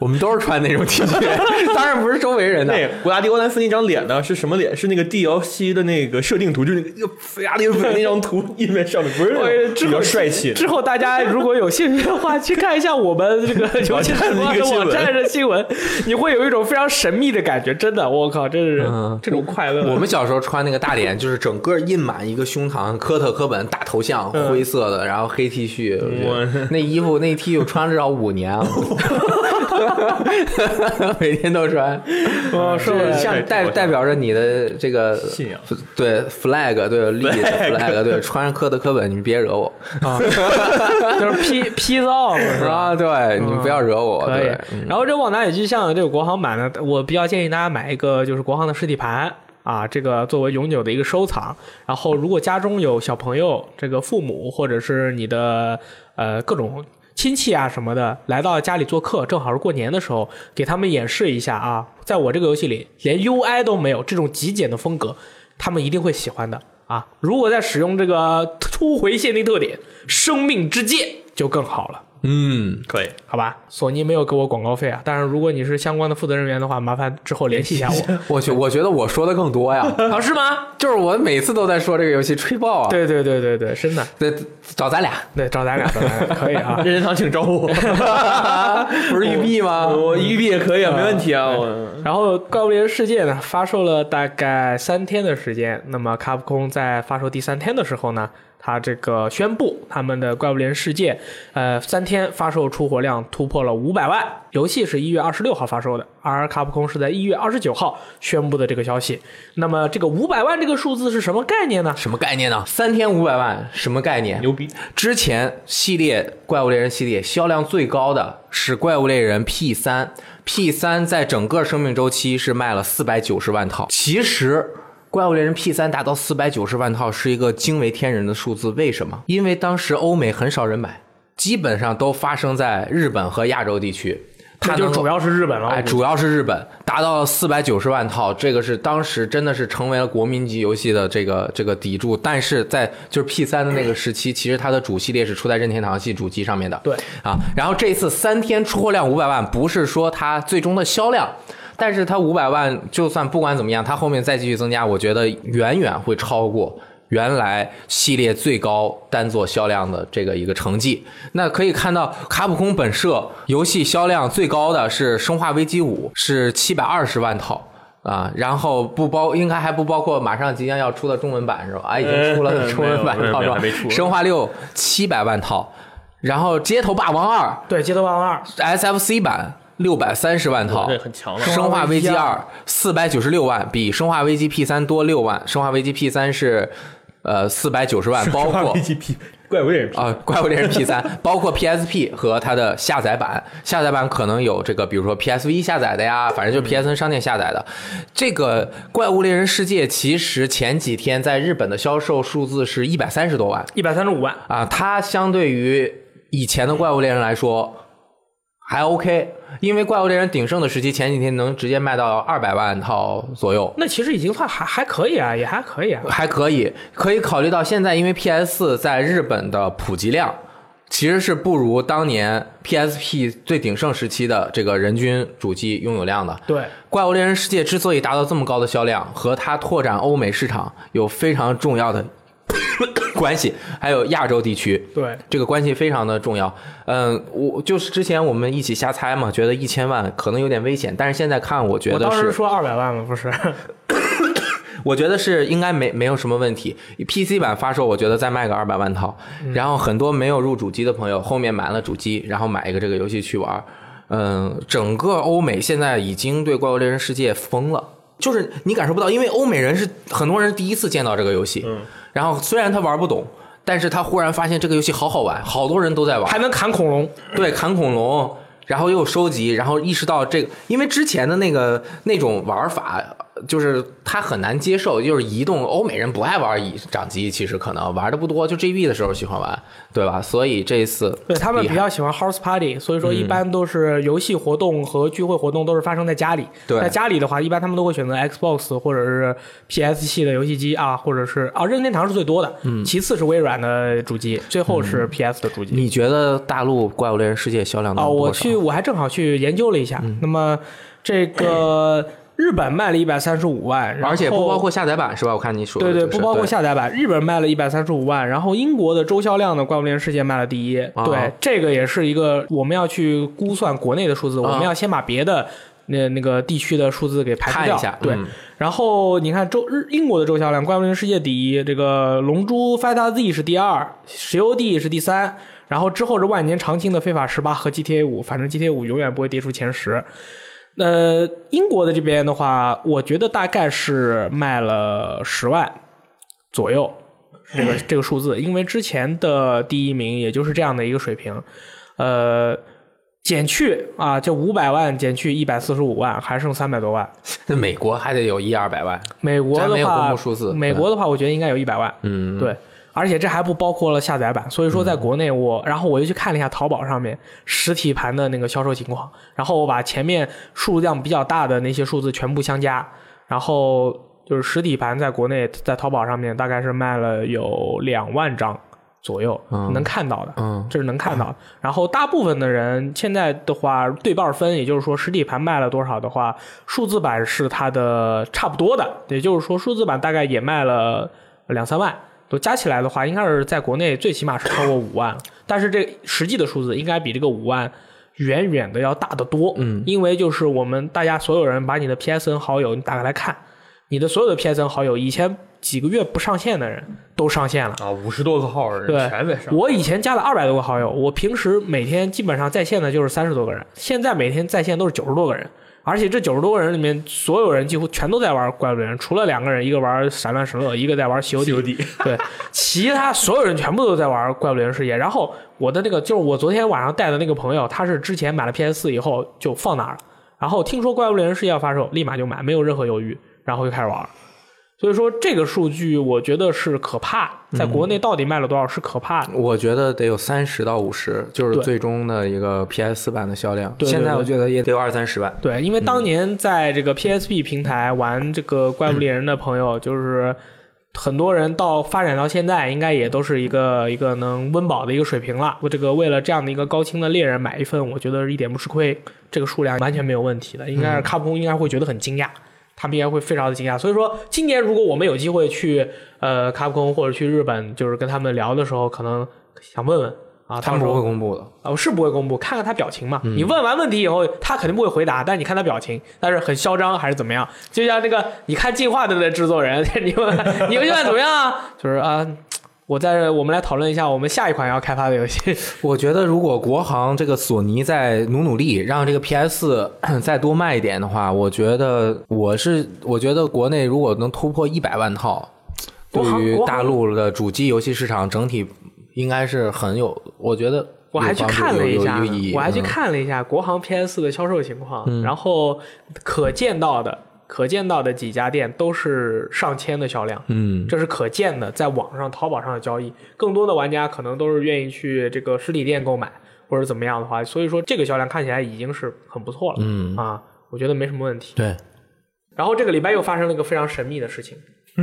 我们都是穿那种 T 恤，当然不是周围人的。
那古拉迪欧兰斯那张脸呢？是什么脸？是那个 DLC 的那个设定图，就是那个菲亚迪粉那张图印在上面，不是 那
我
种比较帅气的。
哎之后大家如果有兴趣的话，去看一下我们这个游戏时光的网站的新闻，你会有一种非常神秘的感觉。真的，我靠，真是
嗯
这种快乐。
我们小时候穿那个大脸，就是整个印满一个胸膛，科特·科本大头像，灰色的，然后黑 T 恤，我觉得那衣服那 T 恤穿了至少五年啊，每天都穿，
哦是
是像代
对
代表着你的这个
信仰，
对 flag 对立 flag 对，穿科特·科本，你们别惹我
啊，就是 P P 造是吧？嗯
啊，对你们不要惹我，
可以
对，。
然后这《旺达与巨像》的这个国行版呢，我比较建议大家买一个就是国行的实体盘啊，这个作为永久的一个收藏。然后如果家中有小朋友、这个父母或者是你的呃各种。亲戚啊什么的来到家里做客，正好是过年的时候，给他们演示一下啊。在我这个游戏里，连 UI 都没有，这种极简的风格，他们一定会喜欢的啊。如果再使用这个初回限定特点“生命之剑”，就更好了。
嗯，
可以，
好吧？索尼没有给我广告费啊，但是如果你是相关的负责人员的话，麻烦之后联系一下 我。
我去，我觉得我说的更多呀，
啊，是吗？
就是我每次都在说这个游戏吹爆啊，
对对对对对，真的，
对，找咱俩，
对，找咱俩，找咱 俩可以啊。
任天堂请找我，
不是玉璧吗？
我育碧也可以啊，没问题 啊，我
然后《怪物猎人世界》呢，发售了大概三天的时间。那么，卡普空在发售第三天的时候呢，它这个宣布他们的《怪物猎人世界》呃三天发售出货量突破了五百万。游戏是一月二十六号发售的，而卡普空是在一月二十九号宣布的这个消息。那么，这个五百万这个数字是什么概念呢？
什么概念呢？三天五百万，什么概念？
牛逼，
之前系列《怪物猎人》系列销量最高的是《怪物猎人 P 三》，P 三在整个生命周期是卖了四百九十万套。其实。怪物猎人 P 三达到四百九十万套是一个惊为天人的数字，为什么？因为当时欧美很少人买，基本上都发生在日本和亚洲地区。它
那就
能
主要是日本了。
哎，主要是日本达到了四百九十万套，这个是当时真的是成为了国民级游戏的这个这个底柱。但是在就是 P 三的那个时期，其实它的主系列是出在任天堂系主机上面的。
对
啊，然后这次三天出货量五百万，不是说它最终的销量。但是它五百万，就算不管怎么样，它后面再继续增加，我觉得远远会超过原来系列最高单作销量的这个一个成绩。那可以看到，卡普空本社游戏销量最高的是《生化危机五》，是七百二十万套。啊，然后不包，应该还不包括马上即将要出的中文版是吧？啊，已经出了
嗯
中文版
没有
套
没
是
有
吧
还没？出
生化六七百万套，然后《街头霸王二
对《街头霸王二》》
SFC 版六百三十万套，
这很强了
《生化危机二》四百九十六万，比《生化危机 P 三》多六万，《生化危机 P 三》是呃四百九十万， 包括
VGP 怪物猎人
啊、怪物猎人 P 三，包括 PSP 和它的下载版，下载版可能有这个，比如说 PSV 下载的呀，反正就是 PSN 商店下载的。这个《怪物猎人世界》其实前几天在日本的销售数字是一百三十多万
一百三十五万，
啊，它相对于以前的《怪物猎人》来说还 OK，因为《怪物猎人》鼎盛的时期前几天能直接卖到二百万套左右，
那其实已经算还还可以啊，也还可以啊。
还可以，可以考虑到现在因为 PS 四在日本的普及量。其实是不如当年 PSP 最鼎盛时期的这个人均主机拥有量的。
对，
《怪物猎人世界》之所以达到这么高的销量，和它拓展欧美市场有非常重要的 关系，还有亚洲地区。
对，
这个关系非常的重要。嗯，我就是之前我们一起瞎猜嘛，觉得一千万可能有点危险，但是现在看，我觉
我
得
当时
是，
说二百万了，不是？
我觉得是应该没没有什么问题。PC 版发售，我觉得再卖个二百万套，然后很多没有入主机的朋友后面买了主机，然后买一个这个游戏去玩。嗯，整个欧美现在已经对《怪物猎人世界》疯了。就是你感受不到，因为欧美人是很多人是第一次见到这个游戏，嗯，然后虽然他玩不懂，但是他忽然发现这个游戏好好玩，好多人都在玩，
还能砍恐龙，
对，砍恐龙，然后又收集，然后意识到这个，因为之前的那个那种玩法，就是他很难接受，就是移动，欧美人不爱玩移掌机，其实可能玩的不多，就 GB 的时候喜欢玩，对吧？所以这一次
对他们
厉
比
害嗯
较喜欢 house party，所以说一般都是游戏活动和聚会活动都是发生在家里。
对
在家里的话，一般他们都会选择 Xbox 或者是 PS 系的游戏机啊，或者是啊任天堂是最多的，
嗯
其次是微软的主机，最后是 PS 的主机。
你觉得大陆《怪物猎人世界》销量能
啊，
有多
我
少嗯
去，我还正好去研究了一下，那么这个日本卖了一百三十五万，然
而且不包
后
括下载版是吧？我看你说的
对对，
就是
不包括下载版。日本卖了一百三十五万，然后英国的周销量呢，《怪物猎人世界》卖了第一。
啊
对，这个也是一个我们要去估算国内的数字，
啊
我们要先把别的。那那个地区的数字给排除
看
掉，
一下
对。
嗯
然后你看周日英国的周销量，《怪物猎人世界》第一，这个《龙珠 Fighter Z》是第二，《石油 D》是第三，然后之后是万年长青的《非法十八》和 GTA 五，反正 GTA 五永远不会跌出前十。呃，英国的这边的话，我觉得大概是卖了十万左右，这
嗯
个这个数字，因为之前的第一名也就是这样的一个水平，呃，减去啊，这五百万减去一百四十五万，还剩三百多万。
那美国还得有一二百万，
美国
咱没
的
有公
话，
布数字
美国的话，我觉得应该有一百万。
嗯，
对，而且这还不包括了下载版，所以说在国内我，
嗯
然后我又去看了一下淘宝上面实体盘的那个销售情况，然后我把前面数量比较大的那些数字全部相加，然后就是实体盘在国内在淘宝上面大概是卖了有两万张左右
嗯
能看到的，
嗯
这是能看到的。然后大部分的人现在的话，对半分，也就是说实体盘卖了多少的话，数字版是它的差不多的，也就是说数字版大概也卖了两三万。都加起来的话，应该是在国内最起码是超过五万了，但是这实际的数字应该比这个五万远远的要大得多。嗯，因为就是我们大家所有人把你的 PSN 好友你打开来看，你的所有的 PSN 好友，以前几个月不上线的人都上线了。
啊，五十多个号人
对
全在上，
我以前加了二百多个好友，我平时每天基本上在线的就是三十多个人，现在每天在线都是九十多个人，而且这九十多个人里面，所有人几乎全都在玩怪物猎人，除了两个人，一个玩闪乱神乐，一个在玩西游记。
有底，
对，其他所有人全部都在玩《怪物猎人世界》。然后我的那个就是我昨天晚上带的那个朋友，他是之前买了 PS 四以后就放那儿了，然后听说《怪物猎人世界》要发售，立马就买，没有任何犹豫，然后就开始玩儿。所以说这个数据我觉得是可怕，在国内到底卖了多少是可怕的。
我觉得得有三十到五十，就是
对
最终的一个 PS 四版的销量。
对对
现在
对
我觉得也得有二三十万。
对，因为当年在这个 PSP 平台玩这个《怪物猎人》的朋友，就是呃很多人到发展到现在，应该也都是一个一个能温饱的一个水平了。我这个为了这样的一个高清的猎人买一份，我觉得一点不吃亏，这个数量完全没有问题的。应该是卡普空应该会觉得很惊讶。他们应该会非常的惊讶，所以说今年如果我们有机会去呃卡普空或者去日本，就是跟他们聊的时候，可能想问问啊，到
他们
时
不
候
会公布的，
啊，我是不会公布，看看他表情嘛。
嗯
你问完问题以后，他肯定不会回答，但你看他表情，但是很嚣张还是怎么样？就像那个你看《进化论》的制作人， 你问你们现在怎么样啊？就是啊，我在我们来讨论一下我们下一款要开发的游戏。
我觉得如果国行这个索尼再努努力，让这个 PS 4 再多卖一点的话，我觉得我是我觉得国内如果能突破一百万套，对
国行
于
国行
大陆的主机游戏市场整体应该是很有，我觉得
我还去
有帮助
看了一下
有
呢
有有意义，
我还去
嗯
看了一下国行 PS 的销售情况，然后可见到的可见到的几家店都是上千的销量。
嗯，
这是可见的，在网上、淘宝上的交易，更多的玩家可能都是愿意去这个实体店购买，或者怎么样的话，所以说这个销量看起来已经是很不错了，
嗯
啊，我觉得没什么问题。
对，
然后这个礼拜又发生了一个非常神秘的 事情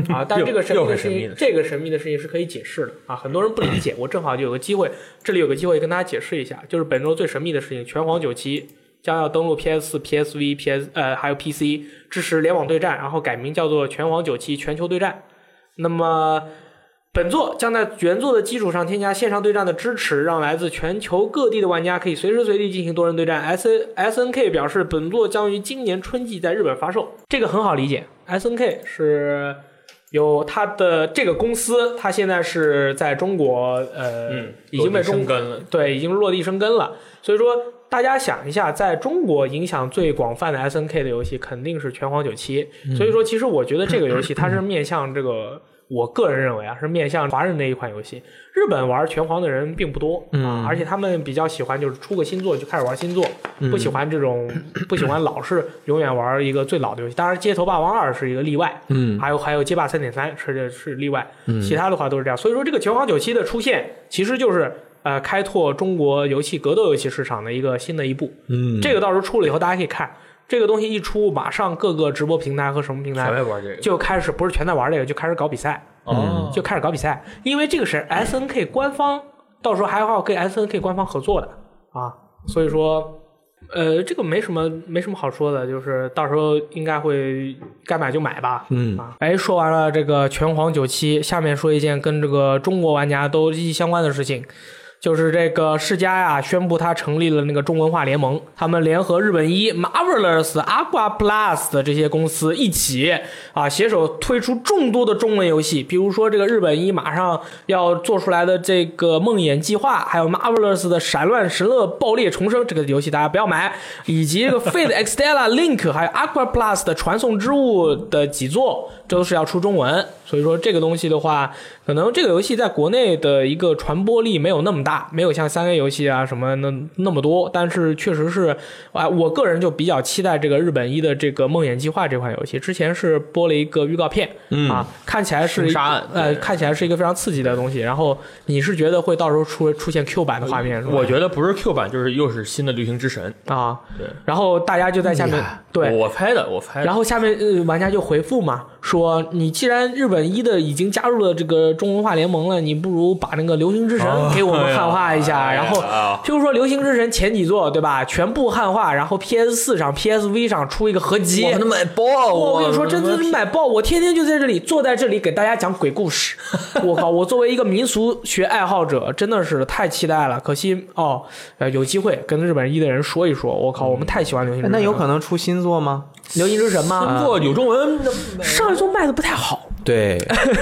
啊，但是这个神秘
又又
的
很
事
神秘
情
的，事
这个神秘的事情是可以解释的啊，很多人不理解，我正好就有个机会，这里有个机会跟大家解释一下，就是本周最神秘的事情，拳皇九七。将要登陆 PS 4、PSV、PS 呃还有 PC，支持联网对战，然后改名叫做《拳皇九七全球对战》。那么本作将在原作的基础上添加线上对战的支持，让来自全球各地的玩家可以随时随地进行多人对战。S S N K 表示，本作将于今年春季在日本发售。这个很好理解，S N K 是有它的这个公司，它现在是在中国，呃，
嗯，
已经
落
被
地
中
生根了，
对，已经落地生根了。所以说，大家想一下，在中国影响最广泛的 S N K 的游戏肯定是《拳皇九七》，所以说，其实我觉得这个游 戏它是面向这个，我个人认为啊，是面向华人的一款游戏。日本玩拳皇的人并不多
嗯
啊，而且他们比较喜欢就是出个新作就开始玩新作，
嗯
不喜欢这种 不喜欢老是永远玩一个最老的游戏。当然，《街头霸王二》是一个例外，
嗯，
还有还有街霸三点三是是例外，其他的话都是这样。所以说，这个拳皇九七的出现，其实就是呃开拓中国游戏格斗游戏市场的一个新的一步。
嗯，
这个到时候出了以后，大家可以看这个东西一出，马上各个直播平台和什么平
全
台
在玩这个，
就开始不是全在玩这个，就开始搞比赛，
哦，
嗯就开始搞比赛，因为这个是 S N K 官方，到时候还要跟 S N K 官方合作的啊，所以说。呃，这个没什么，没什么好说的，就是到时候应该会该买就买吧。
嗯
啊，哎，说完了这个拳皇九七，下面说一件跟这个中国玩家都息息相关的事情，就是这个世嘉呀、宣布它成立了那个中文化联盟，他们联合日本一 Marvelous、Aqua Plus 的这些公司一起啊，携手推出众多的中文游戏，比如说这个日本一马上要做出来的这个《梦魇计划》，还有 Marvelous 的《闪乱神乐爆裂重生》这个游戏大家不要买，以及这个 Fate Extella Link 还有 Aqua Plus 的《传送之物》的几座，这都是要出中文。所以说这个东西的话，可能这个游戏在国内的一个传播力没有那么大，没有像三 A 游戏啊什么那那么多，但是确实是，啊、我个人就比较期待这个日本一的这个《梦魇计划》这款游戏。之前是播了一个预告片，嗯、啊，看起来是一
凶杀案
呃，
对
看起来是一个非常刺激的东西。然后你是觉得会到时候出出现 Q 版的画面是吧？
我觉得不是 Q 版，就是又是新的旅行之神，
啊
对，嗯
然后大家就在下面
厉害
对，
我拍的，我拍的，
然后下面呃玩家就回复嘛，说你既然日本一的已经加入了这个中文化联盟了，你不如把那个《流星之神
哦》
给我们汉化一下，
哎呀
然后
哎呀
譬如说《流星之神》前几座对吧，全部汉化，然后 PS 四上、PSV 上出一个合集，
我他妈买爆！啊
我跟你说，真
他妈
的是买爆！我天天就在这里坐在这里给大家讲鬼故 事。我靠，我作为一个民俗学爱好者，真的是太期待了。可惜哦，呃，有机会跟日本一的人说一说。我靠，我们太喜欢流行之神了。
哎那有可能出新作吗？
流行之神
星
吗？
座有中文，那
上一座卖的不太好，
对，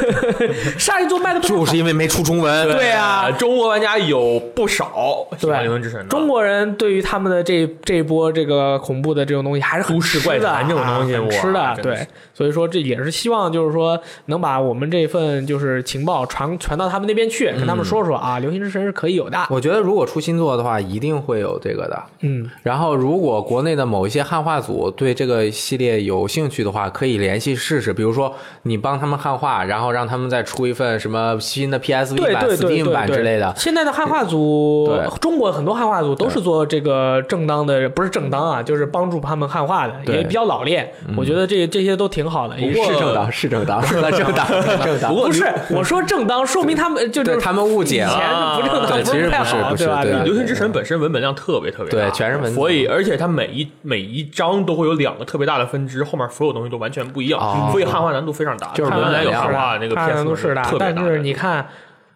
上一座卖的不太好。
就是因为没出 中文。
对啊
中国玩家有不少喜欢《灵魂之神》的。
中国人对于他们的这这一波这个恐怖的这种东西还是很
都市
吃的
怪谈这种东西
啊很
哇
吃的
真的
对，所以说这也是希望就是说能把我们这份就是情报传传到他们那边去，跟他们说说
嗯
啊，流行之神是可以有的，
我觉得如果出新作的话，一定会有这个的。
嗯，
然后，如果国内的某一些汉化组对这个系列有兴趣的话，可以联系试试。比如说，你帮他们汉化，然后让他们再出一份什么新的 PSV
对
版、
对对
Steam
对
版
对
之类的。
现在的汉化组
对，
中国很多汉化组都是做这个正当的，不是正当啊，就是帮助他们汉化的，
对嗯
也比较老练，我觉得这这些都挺好的。也
过
是正当，是 正当，是正当，是正当。
不是，我说正当，说明他们就
对
是
他们误解
以前
了，
是不正当，
对
不
其实
太
不是
好
不是
啊对吧？
《
对
流行之神》本身文本量特别特别大，
对全是文字
所以而且它每一每一章都会有两个特别大的分支，后面所有东西都完全不一样，
哦
所以汉化难度非常大。
就是
看
文
来
本
有
量
汉化那个
看
篇
上
幅
都是
特别
但
大
是
的。
你看，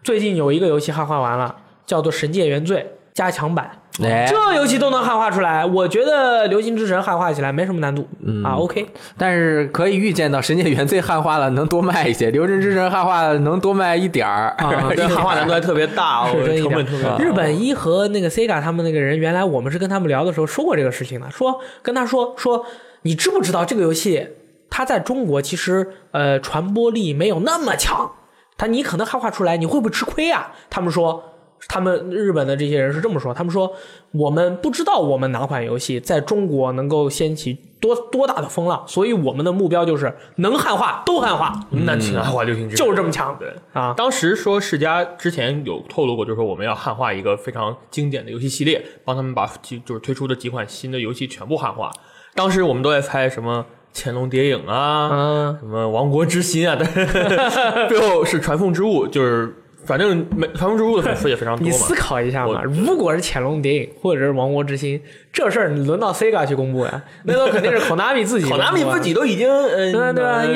最近有一个游戏汉化完了，叫做《神界原罪》加强版，
哎，
这游戏都能汉化出来，我觉得《流行之神》汉化起来没什么难度、
嗯
啊。OK，
但是可以预见到《神界原罪》汉化了能多卖一些，《流神之神》汉化了能多卖一点儿。
啊
对 汉化难度还特别大，
是
我
真一
成
点啊
本特别啊大。
日本一和那个 Sega 他们那个人，原来我们是跟他们聊的时候说过这个事情的，说跟他说说，你知不知道这个游戏它在中国其实呃传播力没有那么强，它你可能汉化出来你会不会吃亏啊？他们说。他们日本的这些人是这么说，他们说我们不知道我们哪款游戏在中国能够掀起多多大的风浪，所以我们的目标就是能汉化都嗯汉化，
那请汉化《流行之神》
就是这么强
嗯对。
啊！
当时说世嘉之前有透露过，就是说我们要汉化一个非常经典的游戏系列，帮他们把几就是推出的几款新的游戏全部汉化。当时我们都在猜什么《潜龙谍影》啊，
嗯
什么《王国之心》啊， 但最后是《传凤之物》，就是反正没《传凤之物》的粉丝也非常多
你
嘛。
思考一下嘛，
我
如果是《潜龙谍影》或者是《王国之心》，这事儿你轮到 Sega 去公布呀？那都肯定是 Konami 自己公
考
布啊，
纳米自己都已经嗯，
对吧啊对吧？耶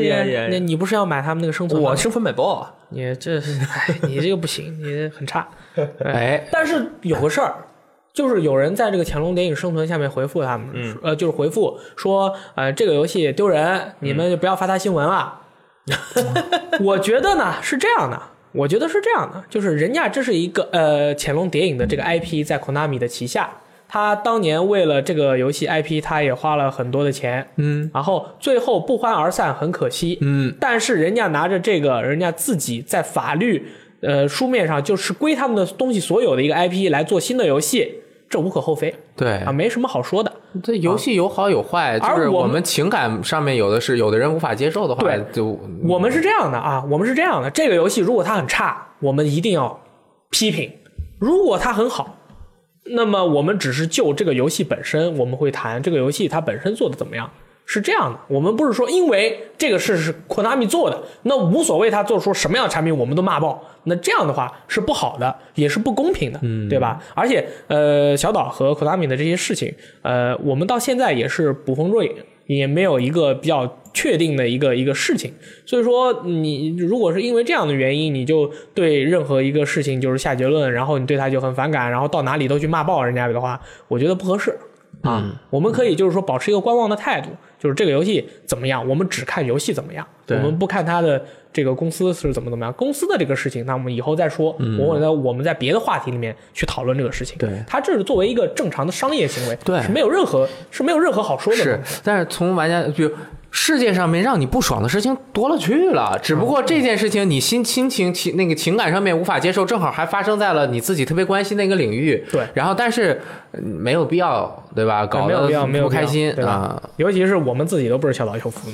耶，那
耶！
你不是要买他们那个生存吗？
我生分买包啊，
你这是，哎，你这个不行，你很差。
哎，
但是有个事儿，就是有人在这个《潜龙谍影生存》下面回复他们，
嗯
呃，就是回复说，呃，这个游戏丢人，你们就不要发它新闻了。我觉得呢是这样的。我觉得是这样的，就是人家这是一个呃《潜龙谍影》的这个 IP 在 Konami 的旗下，他当年为了这个游戏 IP，他也花了很多的钱，
嗯
然后最后不欢而散，很可惜。
嗯，
但是人家拿着这个，人家自己在法律呃书面上就是归他们的东西所有的一个 IP 来做新的游戏，这无可厚非
对
啊，，没什么好说的。
这游戏有好有坏，
啊而
就是
我
我
们
们情感上面有的是，有的人无法接受的话
对，
就嗯
我们是这样的啊，我们是这样的，这个游戏如果它很差，我们一定要批评；如果它很好，那么我们只是就这个游戏本身，我们会谈这个游戏它本身做的怎么样。是这样的，我们不是说因为这个事是 Konami 做的，那无所谓他做出什么样的产品，我们都骂爆。那这样的话是不好的，也是不公平的，对吧？而且，呃，小岛和 Konami 的这些事情，呃，我们到现在也是捕风捉影，也没有一个比较确定的一个一个事情。所以说，嗯你如果是因为这样的原因，你就对任何一个事情就是下结论，然后你对他就很反感，然后到哪里都去骂爆人家的话，我觉得不合适啊。
嗯
我们可以就是说保持一个观望的态度，就是这个游戏怎么样，我们只看游戏怎么样，我
对
们不看它的这个公司是怎么怎么样。公司的这个事情，那我们以后再说，我们在我们在别的话题里面去讨论这个事情。
嗯对
它这是作为一个正常的商业行为，
对
是没有任何是没有任何好说的。
是，但是从玩家，比如世界上面让你不爽的事情多了去了，只不
嗯
过这件事情你心心情情那个情感上面无法接受，正好还发生在了你自己特别关心的一个领域。
对
然后但是嗯没有必要，对吧？搞
没有
得
必要没有
不
必要
开心
对吧
啊。
尤其是我们自己都不是小岛秀夫，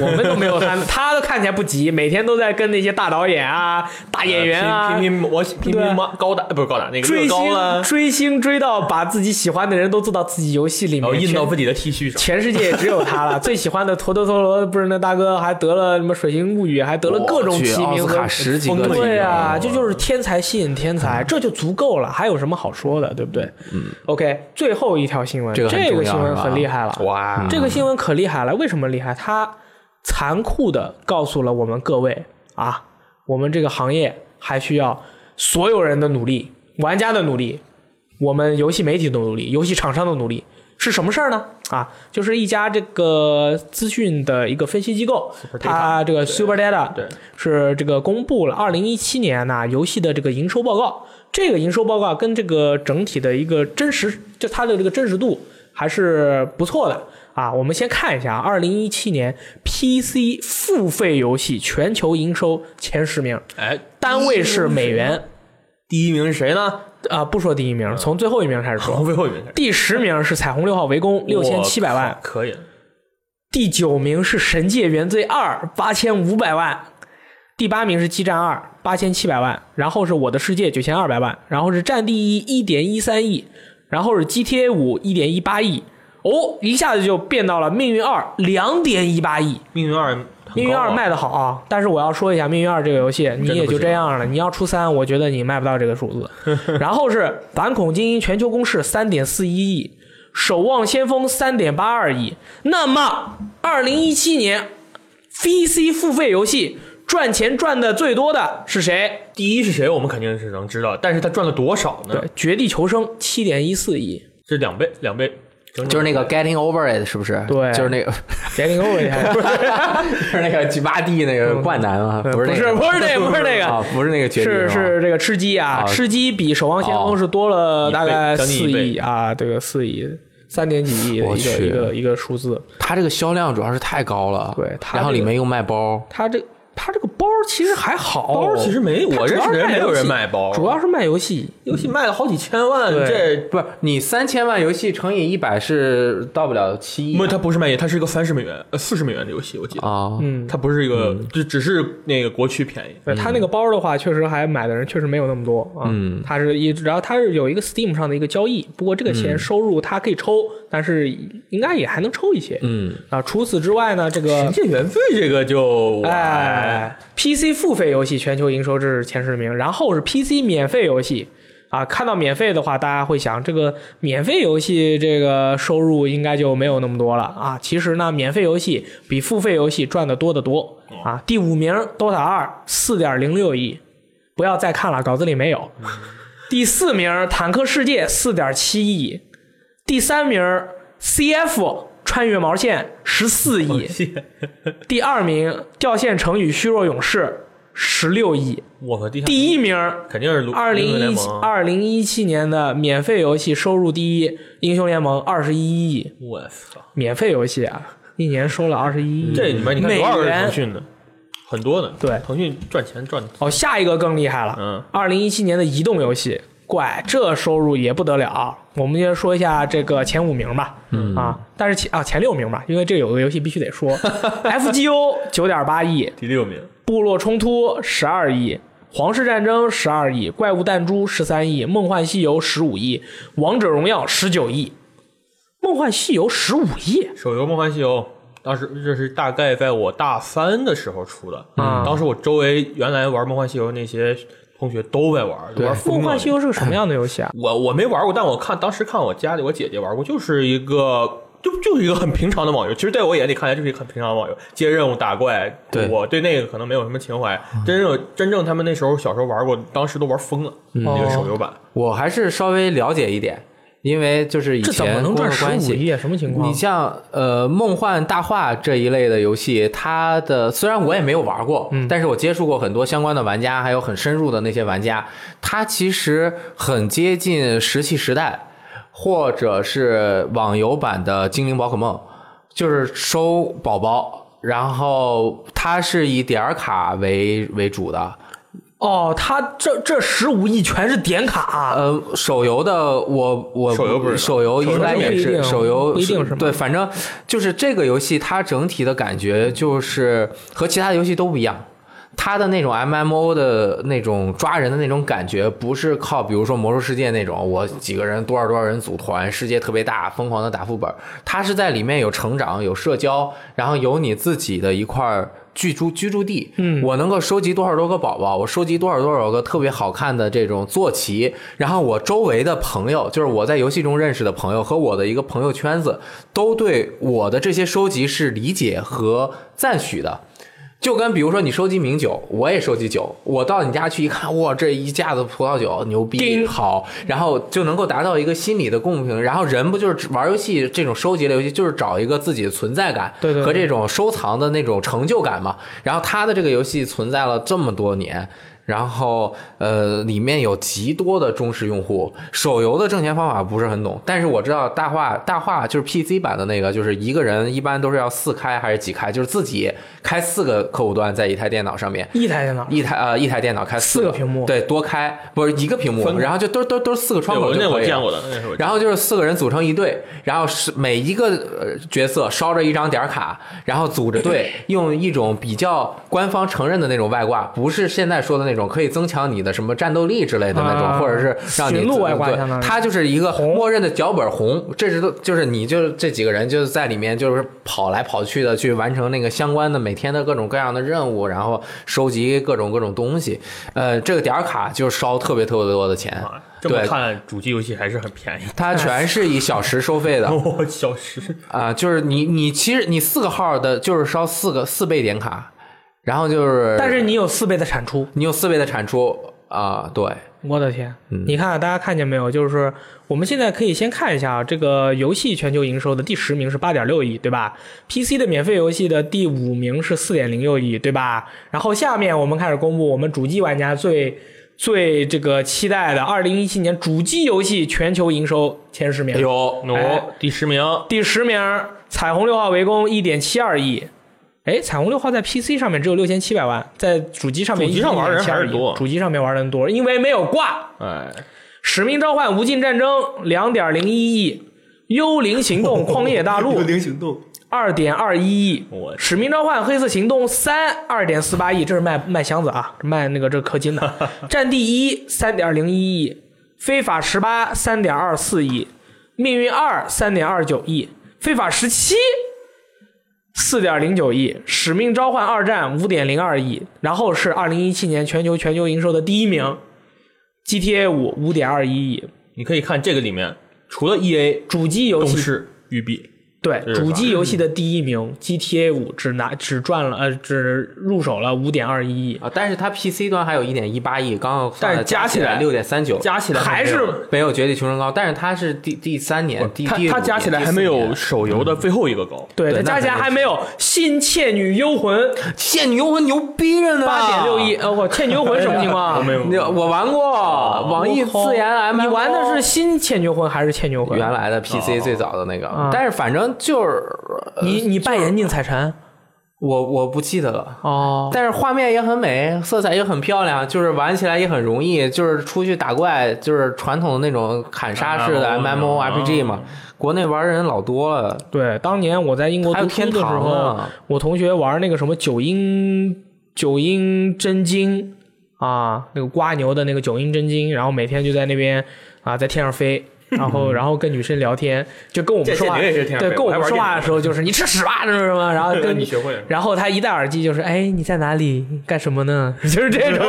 我们都没有他，他都看起来不急，每天都在跟那些大导演啊、大演员啊、
拼拼拼我拼
对
拼妈高达呃不是高达那个
追
乐高啊
星
了，
追星追到把自己喜欢的人都做到自己游戏里
哦
然后
面，
印到
全
自己的 T 恤上。
全世界也只有他 了。最喜欢的陀陀陀螺不是那大哥还得了什么《水形物语》，还得了各种
我去
提
奥
名
斯
和
卡十几个嗯
疯了
对啊，
呀，
这就是天才吸引天才，这就足够了，还有什么好说的，对不对？嗯。OK，最后一条新闻，
这个很重要
新闻
是吧嗯
很厉害了，
哇，
这个新闻可厉害了。为什么厉害？它残酷的告诉了我们各位啊，我们这个行业还需要所有人的努力，玩家的努力，我们游戏媒体的努力，游戏厂商的努力。是什么事儿呢？啊，就是一家这个资讯的一个分析机构，
Superdata，
它这个 Super Data
对
是这个公布了二零一七年呐、游戏的这个营收报告。这个营收报告跟这个整体的一个真实，就它的这个真实度还是不错的啊。我们先看一下二零一七年 PC 付费游戏全球营收前十名，
哎，
单位是美元
第一名是谁呢？
啊、不说第一名，从最后一名开始
从
说。
最后一名开始，
第十名是《彩虹六号：围攻》，六千七百万
我。靠，可以了。
第九名是《神界原罪二》，八千五百万；第八名是《激战二》，八千七百万；然后是《我的世界》九千二百万；然后是《战地一》一点一三亿；然后是《GTA 五》一点一八亿。哦，一下子就变到了《命运二》两点一八亿。
命运二，
命运二卖的好啊，但是我要说一下，《命运二》这个游戏你
真的
也
不
就这
行
样了。你要出三，我觉得你卖不到这个数 字。然后是《反恐精英》全球公示三点四一亿，《守望先锋》三点八二亿。那么，二零一七年 VC 付费游戏赚钱赚的最多的是谁？
第一是谁？我们肯定是能知道，但是他赚了多少呢
对，？《绝地求生》七点一四 亿。
这两倍，两倍，整整
就是那个 Getting Over It 是不是？
对
就是 那个
别给我一 下，
就是那个吉巴蒂那个灌篮啊，不是
嗯不
那
是
个
不是这个，不是这个，
啊，不是那个绝地
是
吧
是这个吃鸡啊，
啊
吃鸡比守望先锋是多了大
哦
概
一倍将近
四
一倍
亿啊，这个四亿三点几亿的
我
一个
去
一个一个数字。
它这个销量主要是太高了，
对它
然后
这个
里面又卖包，
它这它这个包其实还好，
包其实没，
它
我
主
认
要
识
是
人没有
游
人
戏
卖包，嗯
主要是卖游戏。
游戏卖了好几千万，
对
这
不是你三千万游戏乘以一百是到不了七亿
不，它不是卖它是一个三十美元、呃四十美元的游戏，我记得，
啊，
嗯，
它不是一个，就只是那个国区便宜。
对它那个包的话，确实还买的人确实没有那么多啊。
嗯
它是一，然后它是有一个 Steam 上的一个交易，不过这个
嗯
钱收入它可以抽，但是应该也还能抽一些。
嗯，
啊，除此之外呢，这个
神界原罪这个就，
哎，PC 付费游戏全球营收这是前十名，然后是 PC 免费游戏。啊，看到免费的话，大家会想，这个免费游戏这个收入应该就没有那么多了啊。其实呢，免费游戏比付费游戏赚的多得多啊。第五名《DOTA 二》四点零六亿，不要再看了，稿子里没有。第四名《坦克世界》四点七亿，第三名《CF》穿越毛线十四亿，第二名掉线成语虚弱勇士十六亿，
我靠，第
第
一
一名
肯定是卢
二
英雄
零
联
一七
盟啊，
二零一七年的免费游戏收入第一，英雄联盟二十一亿，
我操，
免费游戏啊，一年收了二十一亿，
嗯这里面你看
美
多少个是
元
腾讯的，很多的，
对
腾讯赚钱赚的
哦，下一个更厉害了，
嗯，
二零一七年的移动游戏，怪这收入也不得了啊。我们先说一下这个前五名吧，嗯啊，但是前啊前六名吧，因为这有个游戏必须得 说，FGO 九点八亿，
第六名，
部落冲突十二亿，皇室战争十二亿，怪物弹珠十三亿，梦幻西游十五亿，王者荣耀十九亿，梦幻西游十五亿，
手游《梦幻西游》，当时这是大概在我大三的时候出的。
嗯
当时我周围原来玩《梦幻西游》那些同学都在玩，都玩疯
梦
了。
幻西游是个什么样的游戏啊？
我我没玩过，但我看当时看我家里我姐姐玩过，就是一个就就是一个很平常的网游。其实在我眼里看来就是一个很平常的网游，接任务打怪。
对
我对那个可能没有什么情怀。
嗯
真正真正他们那时候小时候玩过，当时都玩疯了、
嗯
那个手游版。
我还是稍微了解一点，因为就是以
这怎
前
么能
工作
赚十
关
五
系
亿啊？什么情况
你？像呃梦幻大话这一类的游戏，它的虽然我也没有玩过，
嗯
但是我接触过很多相关的玩家，还有很深入的那些玩家，它其实很接近石器时代，或者是网游版的精灵宝可梦，就是收宝宝。然后它是以点儿卡为为主的，
哦，他这这十五亿全是点卡啊、
呃，手游的我我
手游不是
手游
手游
应该
不
也
一
是
定
手游
不一定是吗
对，反正就是这个游戏它整体的感觉就是和其他的游戏都不一样。它的那种 MMO 的那种抓人的那种感觉，不是靠比如说魔兽世界那种，我几个人多少多少人组团，世界特别大，疯狂的打副本，它是在里面有成长、有社交，然后有你自己的一块儿居住居住地。嗯，我能够收集多少多个宝宝，我收集多少多少个特别好看的这种坐骑，然后我周围的朋友，就是我在游戏中认识的朋友和我的一个朋友圈子，都对我的这些收集是理解和赞许的。就跟比如说你收集名酒，我也收集酒，我到你家去一看，哇，这一架子葡萄酒牛逼，好，然后就能够达到一个心理的共鸣。然后人不就是玩游戏这种收集类游戏，就是找一个自己的存在感
对对对
和这种收藏的那种成就感嘛。然后他的这个游戏存在了这么多年。然后，呃，里面有极多的忠实用户。手游的挣钱方法不是很懂，但是我知道大话大话就是 PC 版的那个，就是一个人一般都是要四开还是几开，就是自己开四个客户端在一台电脑上面，
一台电脑，
一台呃一台电脑开
四个屏幕
对，多开不是一个屏
分
幕，
开
然后就都都都是四个窗
对
口
我
就可以
那
了。
我见过的，那是我见过的
然后就是四个人组成一队，然后是每一个呃角色烧着一张点儿卡，然后组 着队，用一种比较官方承认的那种外挂，不是现在说的那种可以增强你的什么战斗力之类的那种，
啊
或者是让你
寻路外挂
对
相当于
它就是一个
红
默认的脚本红，这是都就是你就是这几个人就是在里面就是跑来跑去的去完成那个相关的每天的各种各样的任务，然后收集各种各种东西。呃，这个点儿卡就是烧特别特别多的钱
啊，，这么
对，
看主机游戏还是很便宜。
它全是以小时收费 的。
我小时，
啊，就是你你其实你四个号的，就是烧四个四倍点卡，然后就是，
但是你有四倍的产出，
你有四倍的产出啊，对，
我的天！
嗯
你看啊大家看见没有？就是我们现在可以先看一下啊，这个游戏全球营收的第十名是八点六亿，对吧？PC 的免费游戏的第五名是四点零六亿，对吧？然后下面我们开始公布我们主机玩家最最这个期待的二零一七年主机游戏全球营收前十名。
哎呦，
哦，第十名，
第十名，《彩虹六号：围攻》一点七二亿。哎，《彩虹六号》在 PC 上面只有六千七百万，在主机上面
主机上玩人
1.72
还是
亿
多
主机上面玩人多，因为没有挂。
哎，
《使命召唤：无尽战争》两点零一亿，《幽灵行动：旷野大陆》
灵行动，
二点二一亿，
我
《使命召唤：黑色行动三》二点四八亿，这是卖卖箱子啊，卖那个这氪金的，《战地一》三点零一亿，《非法十八》三点二四亿，《命运二》三点二九亿，《非法十七》四点零九亿，《使命召唤：二战》五点零二亿，然后是二零一七年全球全球营收的第一名，《GTA 五》五点二一亿，
你可以看这个里面，除了 E A，
主机游
动
戏
视、育碧，
对
这，是
主
啥
机游戏的第一名，GTA 五只拿只赚了呃只入手了五点二一亿，
啊，但是它 PC 端还有一点一八亿，刚刚算
但
了
是加
起
起来
六点三九，
加起来
还是
没有绝地求生高，但是它是第第三年，第
它
第
它
五
加
年
起来
第
还
四
没有
年
手游的最后一个高。
对，
对
它加
那
起来
肯定
还没有《新倩女幽魂》
现牛魂牛逼着呢，
八点六亿，。哦我《倩女幽魂》什么情况？
我没有，
我玩过，网易自研 M，
你玩的是《新倩女幽魂》还是《倩女幽魂》？
原来的
哦
PC 最早的那个，
嗯
但是反正就是
你你扮演宁采臣
我我不记得了。
哦，
但是画面也很美，色彩也很漂亮，就是玩起来也很容易，就是出去打怪，就是传统的那种砍杀式的
MMO
MMO RPG 嘛。国内玩的人老多了，
对，当年我在英国
还有
读书
天
的时
堂
候，
啊，
我同学玩那个什么九阴九阴真经啊，那个瓜牛的那个九阴真经，然后每天就在那边啊在天上飞，然后然后跟女生聊天，就跟我们
这
说话，
这你也是天上
对，
飞
跟
我
我
还
们
玩
说话
电
的时候就是你吃屎吧，这是什么？然后跟
你学会了
然后他一戴耳机就是哎你在哪里干什么呢？ 就是这种，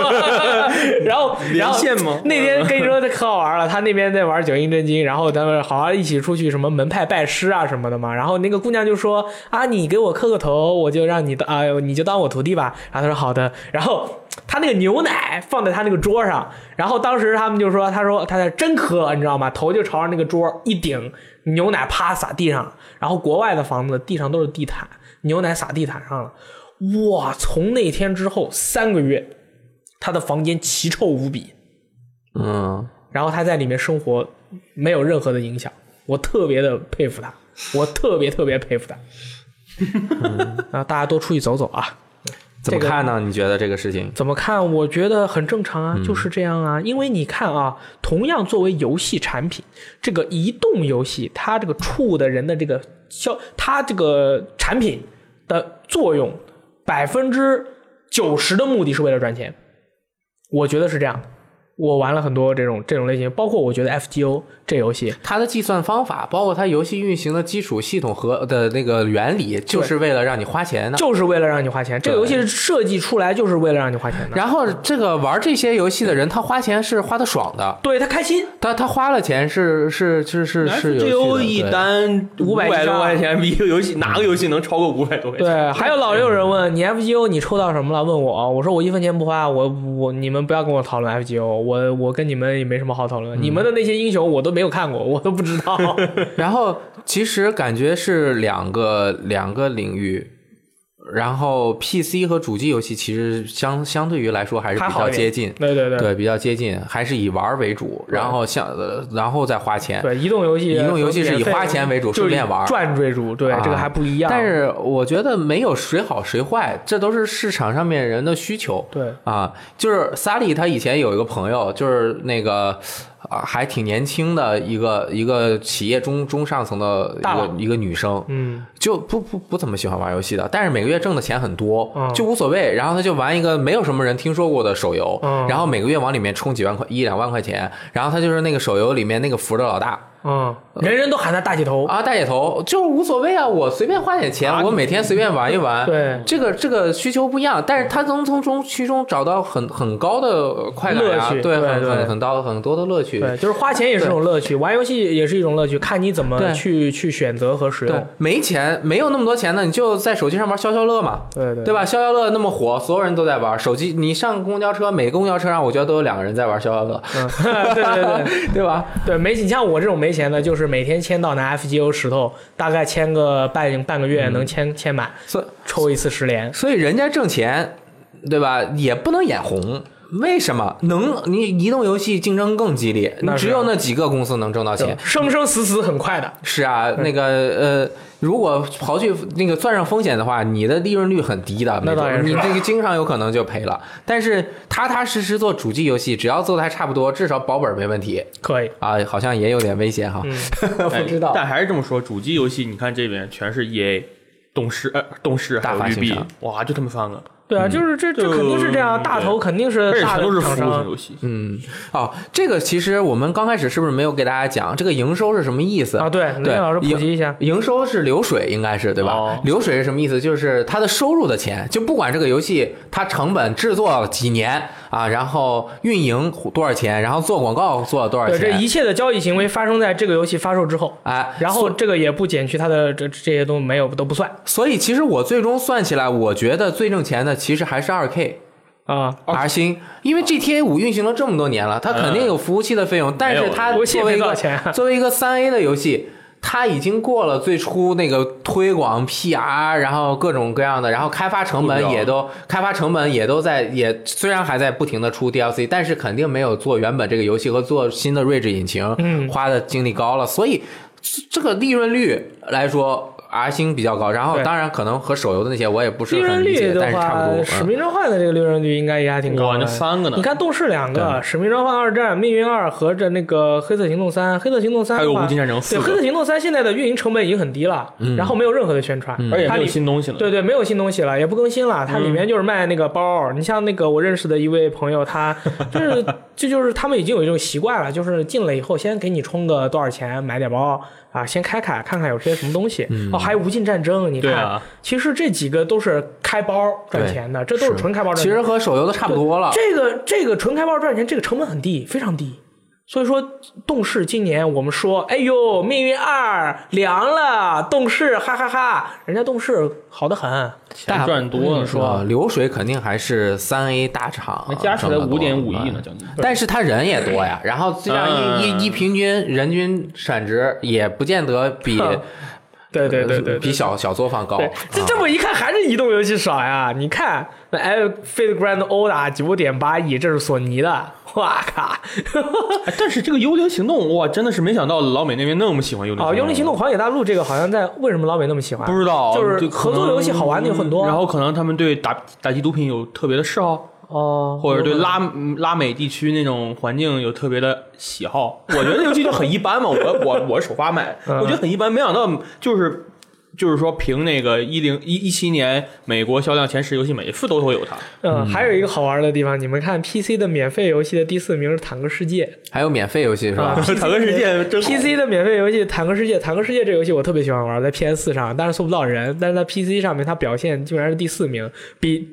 然后然
连
后
线吗
那天跟你说的可好玩啊了，他那边在呃玩九阴真经，然后他们好像一起出去什么门派拜师啊什么的嘛。然后那个姑娘就说啊，你给我磕个头，我就让你当啊、你就当我徒弟吧。然后他说好的，然后。他那个牛奶放在他那个桌上，然后当时他们就说：“他说他在真磕，你知道吗？头就朝着那个桌一顶，牛奶啪洒地上了。然后国外的房子地上都是地毯，牛奶洒地毯上了。哇！从那天之后三个月，他的房间奇臭无比。
嗯，
然后他在里面生活没有任何的影响，我特别的佩服他，我特别特别佩服他。啊，大家多出去走走啊！
怎么
这个
看呢？你觉得这个事情？
怎么看？我觉得很正常啊，就是这样啊。因为你看啊，同样作为游戏产品，这个移动游戏，它这个触的人的这个消，它这个产品的作用，百分之九十的目的是为了赚钱，我觉得是这样。我玩了很多这种这种类型，包括我觉得 FGO 这游戏，
它的计算方法，包括它游戏运行的基础系统和的那个原理，就是为了让你花钱的。
就是为了让你花钱。这个游戏是设计出来就是为了让你花钱的。
然后这个玩这些游戏的人，他花钱是花的爽的，
对他开心，
他他花了钱是是是是是
这
有
游
趣
一
的。对
E 单
500
百
以
多
上
块钱，一个游戏哪个游戏能超过五百多块钱？
对，还有老有人问你 FGO 你抽到什么了？问我，我说我一分钱不花，我我你们不要跟我讨论 FGO，我我跟你们也没什么好讨
嗯
论，你们的那些英雄我都没有看过，我都不知道。
然后其实感觉是两个两个领域。然后 PC 和主机游戏其实相相对于来说还是
还
比
好
较
一点
接近，
对对对
对比较接近，还是以玩儿为主，然后像呃然后再花钱，
对，移动游戏，
移动游戏是以
免费
花钱为主
就是以
顺便玩
赚为主，对
啊
这个还不一样。
但是我觉得没有谁好谁坏，这都是市场上面人的需求。
对
啊，就是萨利他以前有一个朋友，就是那个啊还挺年轻的一个一个企业中中上层的一
大
个
佬
一个女生，
嗯，
就不不不怎么喜欢玩游戏的，但是每个月挣的钱很多，
嗯
就无所谓。然后他就玩一个没有什么人听说过的手游，
嗯
然后每个月往里面充几万块一两万块钱，然后他就是那个手游里面那个服的老大，
嗯，
呃
人人都喊他大姐头，
啊，大姐头就是无所谓啊，我随便花点钱，我每天随便玩一玩。
对
这个这个需求不一样，但是他能从中其中找到很很高的快感啊
乐，趣
对，
对
很
对
很很高很多的乐趣。
对，就是花钱也是一种乐趣，玩游戏也是一种乐趣，看你怎么
对
去去选择和使
对
用。，
没钱没有那么多钱呢，你就在手机上玩消消乐嘛，
对对
对吧？消消乐那么火，所有人都在玩。手机你上公交车，每个公交车上我觉得都有两个人在玩消消乐，
嗯， 对对对。
对吧？
对，没你像我这种没钱的，就是每天签到拿 FGO 石头，大概签个半半个
嗯
月能签、签满，
所以
抽一次十连。
所以人家挣钱，对吧？也不能眼红。为什么能？你移动游戏竞争更激烈，
那是啊
只有那几个公司能挣到钱。
生生死死很快的，
是啊，那个呃，如果刨去那个算上风险的话，你的利润率很低的，
那
没准
当然是啊
你这个经常有可能就赔了。但是踏踏实实做主机游戏，只要做的还差不多，至少保本没问题
可以。
啊。好像也有点危险哈，
嗯
哎
不知道。
但还是这么说，主机游戏你看这边全是 E A。动视呃，动视还
大
有
发
育
行
碧
商，
哇，就他们三个，
对
嗯
啊，就是这这
就
肯定是这样，
对
大头肯定是
而且
呃大
全
的
都是服务
厂
型
商。啊
游戏。
嗯，哦，这个其实我们刚开始是不是没有给大家讲这个营收是什么意思
啊，对，林
对，
老师普
营
及一下，
营收是流水，应该是对吧？
哦
流水是什么意思？就是它的收入的钱，就不管这个游戏它成本制作了几年啊，然后运营多少钱，然后做广告做了多少
对，这
钱，
一切的交易行为发生在这个游戏发售之后，
哎，
然后
所
这个也不减去它的这这些都没有都不算
所以其实我最终算起来，我觉得最挣钱的其实还是二 K。
啊。
R 星，因为 GTA 五运行了这么多年了，它肯定有服务器的费用，但是它
服务器
作为
呃
一
没多少
个
钱 啊
作为一个三 A 的游戏，它已经过了最初那个推广 PR，然后各种各样的，然后开发成本也都开发成本也都在也虽然还在不停的出 DLC，但是肯定没有做原本这个游戏和做新的睿智引擎，
嗯
花的精力高了，所以这个利润率来说。R 星比较高，然后
对
当然可能和手游的那些我也不是
利
很
润
理解
率，
但
的
是差不
话，
多。
使
嗯
命召唤》的这个利润率应该也还挺高啊
哇，
的。
那三个呢
你？看《动视》两个，《使命召唤二战》《命运二》和这那个《黑色行动三》，《黑色行动三》
还有
的话
《无尽战争》四
对，《黑色
个，嗯
行动三》现在的运营成本已经很低了，然后没嗯有任何的宣传，
而且
它
没有
里
新东西了。
对对，没有新东西了，也不更新了。它里面就是卖那个包儿。你像那个我认识的一位朋友，他 就是这就是他们已经有一种习惯了，就是进了以后先给你充个多少钱买点包啊，先开开看看有些什么东西。哦，还有无尽战争，你
嗯对
看，
啊
其实这几个都是开包赚
对
钱的，这都是
是
纯开包赚钱。
其实和手游的差不多了。
这个这个纯开包赚钱，这个成本很低，非常低。所以说，动视今年我们说，哎呦，命运二凉了，动视哈哈哈人家动视好的很，
钱赚多了
嗯
说
流水肯定还是三 A 大厂
那加
啊
起来
挣得多嗯
五点五
嗯
亿呢，将近。哎
但是他人也多呀，然后这样一
嗯
一一平均人均产值也不见得 比
哼对对对对，
比小小作坊高
对。这这
啊
么一看还是移动游戏少呀？你看那 F Fate Grand Order 九点八亿，这是索尼的，哇咔！
哎但是这个《幽灵行动》哇，真的是没想到老美那边那么喜欢《幽灵
哦，《幽灵行动：狂野大陆》这个好像在为什么老美那么喜欢？
不知道，啊
就是
可能
合作游戏好玩的有很多啊
然后可能他们对打打击毒品有特别的嗜好，
哦，
或者对
有可能
拉拉美地区那种环境有特别的喜
嗯
好。我觉得那游戏就很一般嘛，我我我首发买，我觉得很一般，没想到就是就是说凭那个一零一一七年美国销量前十游戏，每副都会有它。
嗯，还有一个好玩的地方，你们看 PC 的免费游戏的第四名是《坦克世界
还有免费游戏是》
啊？
吧
，PC
坦克世界真好
，PC 的免费游戏《坦克世界》，《坦克世界》这游戏我特别喜欢玩，在 PS 四上，但是搜不到人，但是在 PC 上面它表现竟然是第四名，比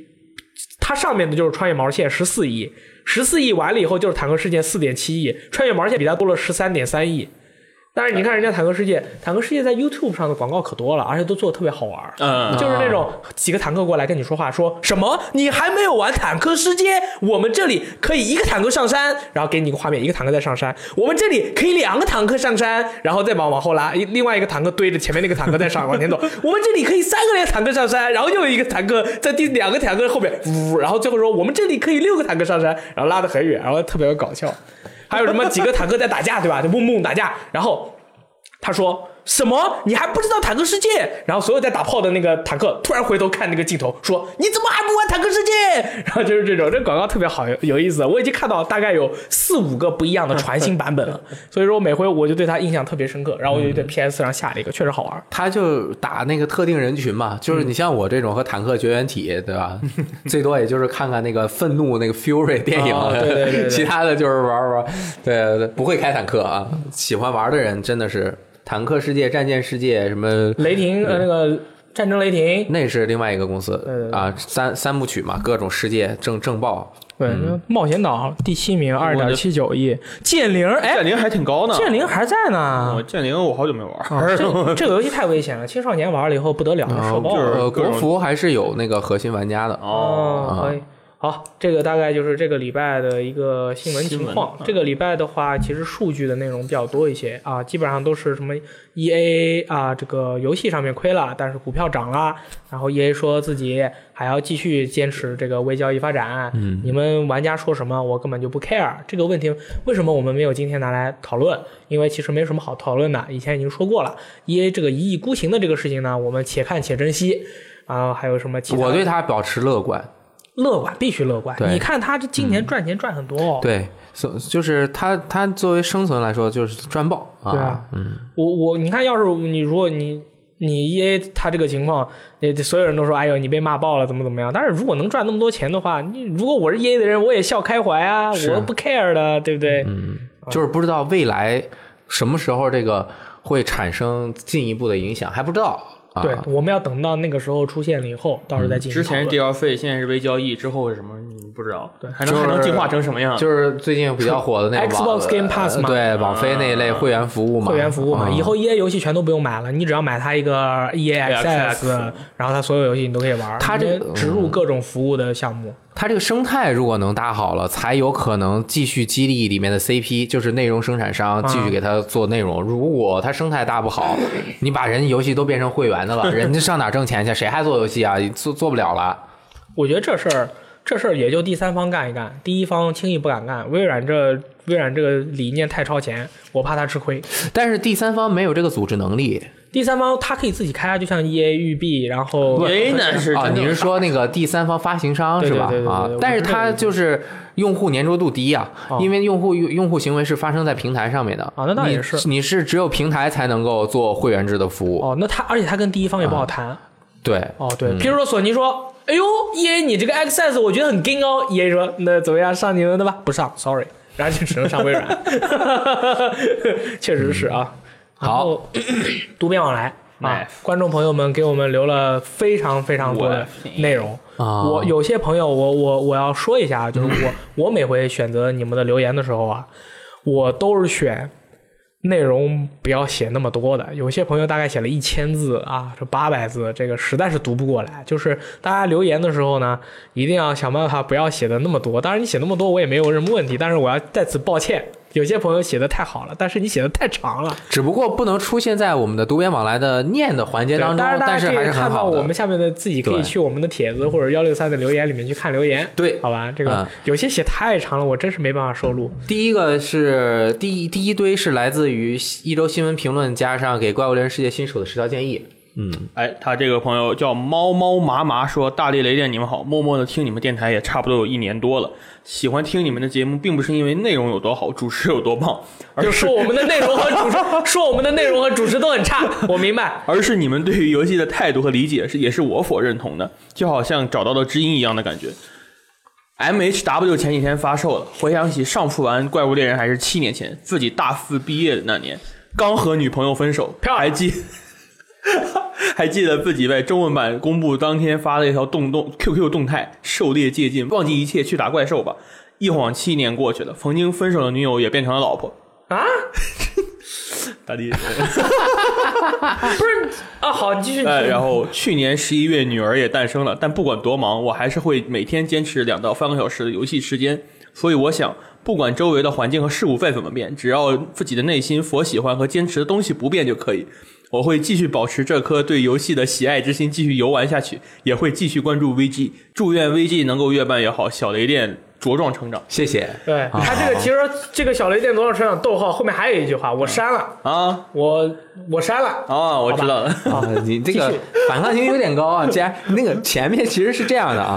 它上面的就是《穿越毛线》十四亿，十四亿完了以后就是《坦克世界》四点七亿，《穿越毛线》比它多了十三点三亿。但是你看人家《坦克世界》，《坦克世界》在 YouTube 上的广告可多了，而且都做的特别好玩。
嗯，
就是那种几个坦克过来跟你说话，说什么你还没有玩坦克世界？我们这里可以一个坦克上山，然后给你一个画面，一个坦克在上山；我们这里可以两个坦克上山，然后再往往后拉，一另外一个坦克堆着前面那个坦克在上往前走；我们这里可以三个坦克上山，然后又有一个坦克在第两个坦克后面，呜，然后最后说我们这里可以六个坦克上山，然后拉得很远，然后特别搞笑。还有什么几个坦克在打架，对吧？就嗡嗡打架，然后他说什么？你还不知道坦克世界？然后所有在打炮的那个坦克突然回头看那个镜头，说你怎么还不玩坦克世界？然后就是这种，这广告特别好有有意思。我已经看到大概有四五个不一样的全新版本了，所以说每回我就对它印象特别深刻。然后我就对 PS 上下了一个，确实好玩。
他就打那个特定人群嘛，就是
嗯
你像我这种和坦克绝缘体，对 吧？最多也就是看看那个愤怒那个 Fury 电影，
哦对对对对
其他的就是玩玩，对，对不会开坦克啊。喜欢玩的人真的是坦克世界、战舰世界什么，
雷霆呃那个战争雷霆，
那是另外一个公司
对对对
啊，三三部曲嘛，各种世界正正爆，
对，嗯冒险岛第七名二点七九亿，剑灵 哎，
剑灵还挺高呢。
剑灵还在呢
啊
啊
我。剑灵我好久没玩儿，
啊这这个游戏太危险了，青少年玩了以后不得了，
然
手
后
爆
就
了
是。
呃
各
国
种
服还是有那个核心玩家的，
哦
啊，
可以。好，这个大概就是这个礼拜的一个新闻啊情况
新闻。嗯
这个礼拜的话，其实数据的内容比较多一些啊，基本上都是什么 E A 啊，这个游戏上面亏了，但是股票涨了，然后 E A 说自己还要继续坚持这个微交易发展。嗯，你们玩家说什么，我根本就不 care 这个问题。为什么我们没有今天拿来讨论？因为其实没什么好讨论的，以前已经说过了。E A 这个一意孤行的这个事情呢，我们且看且珍惜。啊，还有什么其他的？
我对他保持乐观。
乐观，必须乐观。
对
你看他这今年赚钱赚很多哦。
对，所就是他他作为生存来说，就是赚爆啊，
对啊我我你看，要是你如果你你 E A 他这个情况，你所有人都说哎呦你被骂爆了怎么怎么样，但是如果能赚那么多钱的话，你如果我是 E A 的人，我也笑开怀啊，
是
我不 care 的，对不对？
就是不知道未来什么时候这个会产生进一步的影响，还不知道。啊、
对，嗯我们要等到那个时候出现了以后，到时候再进行
之
讨
前
论。
是 DLC，现在是微交易，之后是什么你不知道，对，还能、
就是
还能进化成什么样？
就是最近比较火的那个网
Xbox Game Pass 嘛嗯
对，网飞那一类会员服务嘛，
会员服务嘛，
嗯
以后 E A 游戏全都不用买了，你只要买它一个 E A X S，
EAXS
然后它所有游戏你都可以玩。
它这
你植入各种服务的项目，
它这个生态如果能搭好了，才有可能继续激励里面的 CP，就是内容生产
嗯
商继续给他做内容。如果它生态搭不好，你把人游戏都变成会员 的了，人家上哪挣钱去？谁还做游戏啊？做做不了了。
我觉得这事儿，这事儿也就第三方干一干，第一方轻易不敢干。微软这微软这个理念太超前，我怕他吃亏。
但是第三方没有这个组织能力
第三方他可以自己开啊，就像 E A 育碧，然后
哎，那是
啊，
真的
你是说那个第三方发行商
对
是吧
对对对？对
啊
对，
但是
我知道
它就是用户粘着度低啊
哦，
因为用户用户行为是发生在平台上面的
啊那倒也是
你你是只有平台才能够做会员制的服务，
哦，那他而且他跟第一方也不好谈。
对，
哦，对，譬如说索尼说。哎呦，E A 你这个 X S 我觉得很 gay 哦。E A 说那怎么样上你们的吧？不上，sorry，然后就只能上微软。 确实是啊。然后，多边往来啊
哎，
观众朋友们给我们留了非常非常多的
我
内容。
啊
我有些朋友，我我我要说一下啊，就是我我每回选择你们的留言的时候啊，我都是选内容不要写那么多的。有些朋友大概写了一千字啊，这八百字，这个实在是读不过来。就是大家留言的时候呢，一定要想办法不要写的那么多。当然，你写那么多我也没有什么问题，但是我要在此抱歉，有些朋友写的太好了，但是你写的太长了。
只不过不能出现在我们的读编往来的念的环节
对
当中，
当然大
但
家
是
可
还
以
是
看
很
到
好
我
的
们。下面的自己可以
对
去我们的帖子或者幺六三的留言里面去看留言。
对
好吧，这个
嗯
有些写太长了，我真是没办法收录。
第一个是 第一第一堆是来自于一周新闻评论加上给怪物猎人世界新手的十条建议，
哎，他这个朋友叫猫猫麻麻说：“大力雷电，你们好，默默的听你们电台也差不多有一年多了。喜欢听你们的节目，并不是因为内容有多好，主持有多棒，而
就是说我们的内容和主 持，说我们的内容和主持都很差，我明白。
而是你们对于游戏的态度和理解是也是我所认同的，就好像找到了知音一样的感觉。MHW 前几天发售了，回想起上次玩《怪物猎人》还是七年前，自己大四毕业的那年，刚和女朋友分手，
漂亮
还记 还记得自己在中文版公布当天发了一条动动 QQ 动态，狩猎借镜，忘记一切去打怪兽吧。一晃七年过去了，曾经分手的女友也变成了老婆。
啊，
大地，
不是啊，好，继续。
哎，然后去年十一月女儿也诞生了，但不管多忙，我还是会每天坚持两到三个小时的游戏时间。所以我想，不管周围的环境和事物再怎么变，只要自己的内心所喜欢和坚持的东西不变就可以。我会继续保持这颗对游戏的喜爱之心，继续游玩下去，也会继续关注 VG。祝愿 VG 能够越办越好，小雷电茁壮成长
谢谢。
对他这个其实这个小雷电多少车长逗号后面还有一句话，我删了，
啊
我我删了。
哦
啊！我知道了。
啊， 你这个
继续
反抗性有点高啊！既 然那个前面其实是这样的 啊，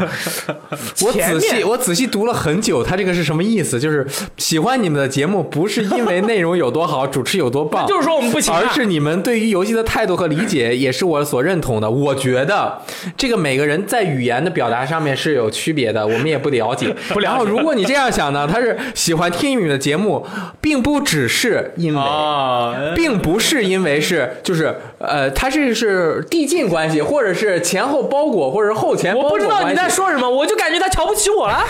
我
前
仔
面
细我仔细读了很久，他这个是什么意思？就是喜欢你们的节目，不是因为内容有多好， 主持有多棒，
就是说我们 不行啊
而是你们对于游戏的态度和理解也是我所认同的。我觉得这个每个人在语言的表达上面是有区别的，我们也不了 解。不了解。然后如果你这样想呢，他是喜欢听你们的节目，并不只是因为
哦
啊，
并不是因为是就是呃，它是是递进关系，或者是前后包裹，或者是后前包
我
裹
不知道你在
关系。
说什么，我就感觉他瞧不起我 了，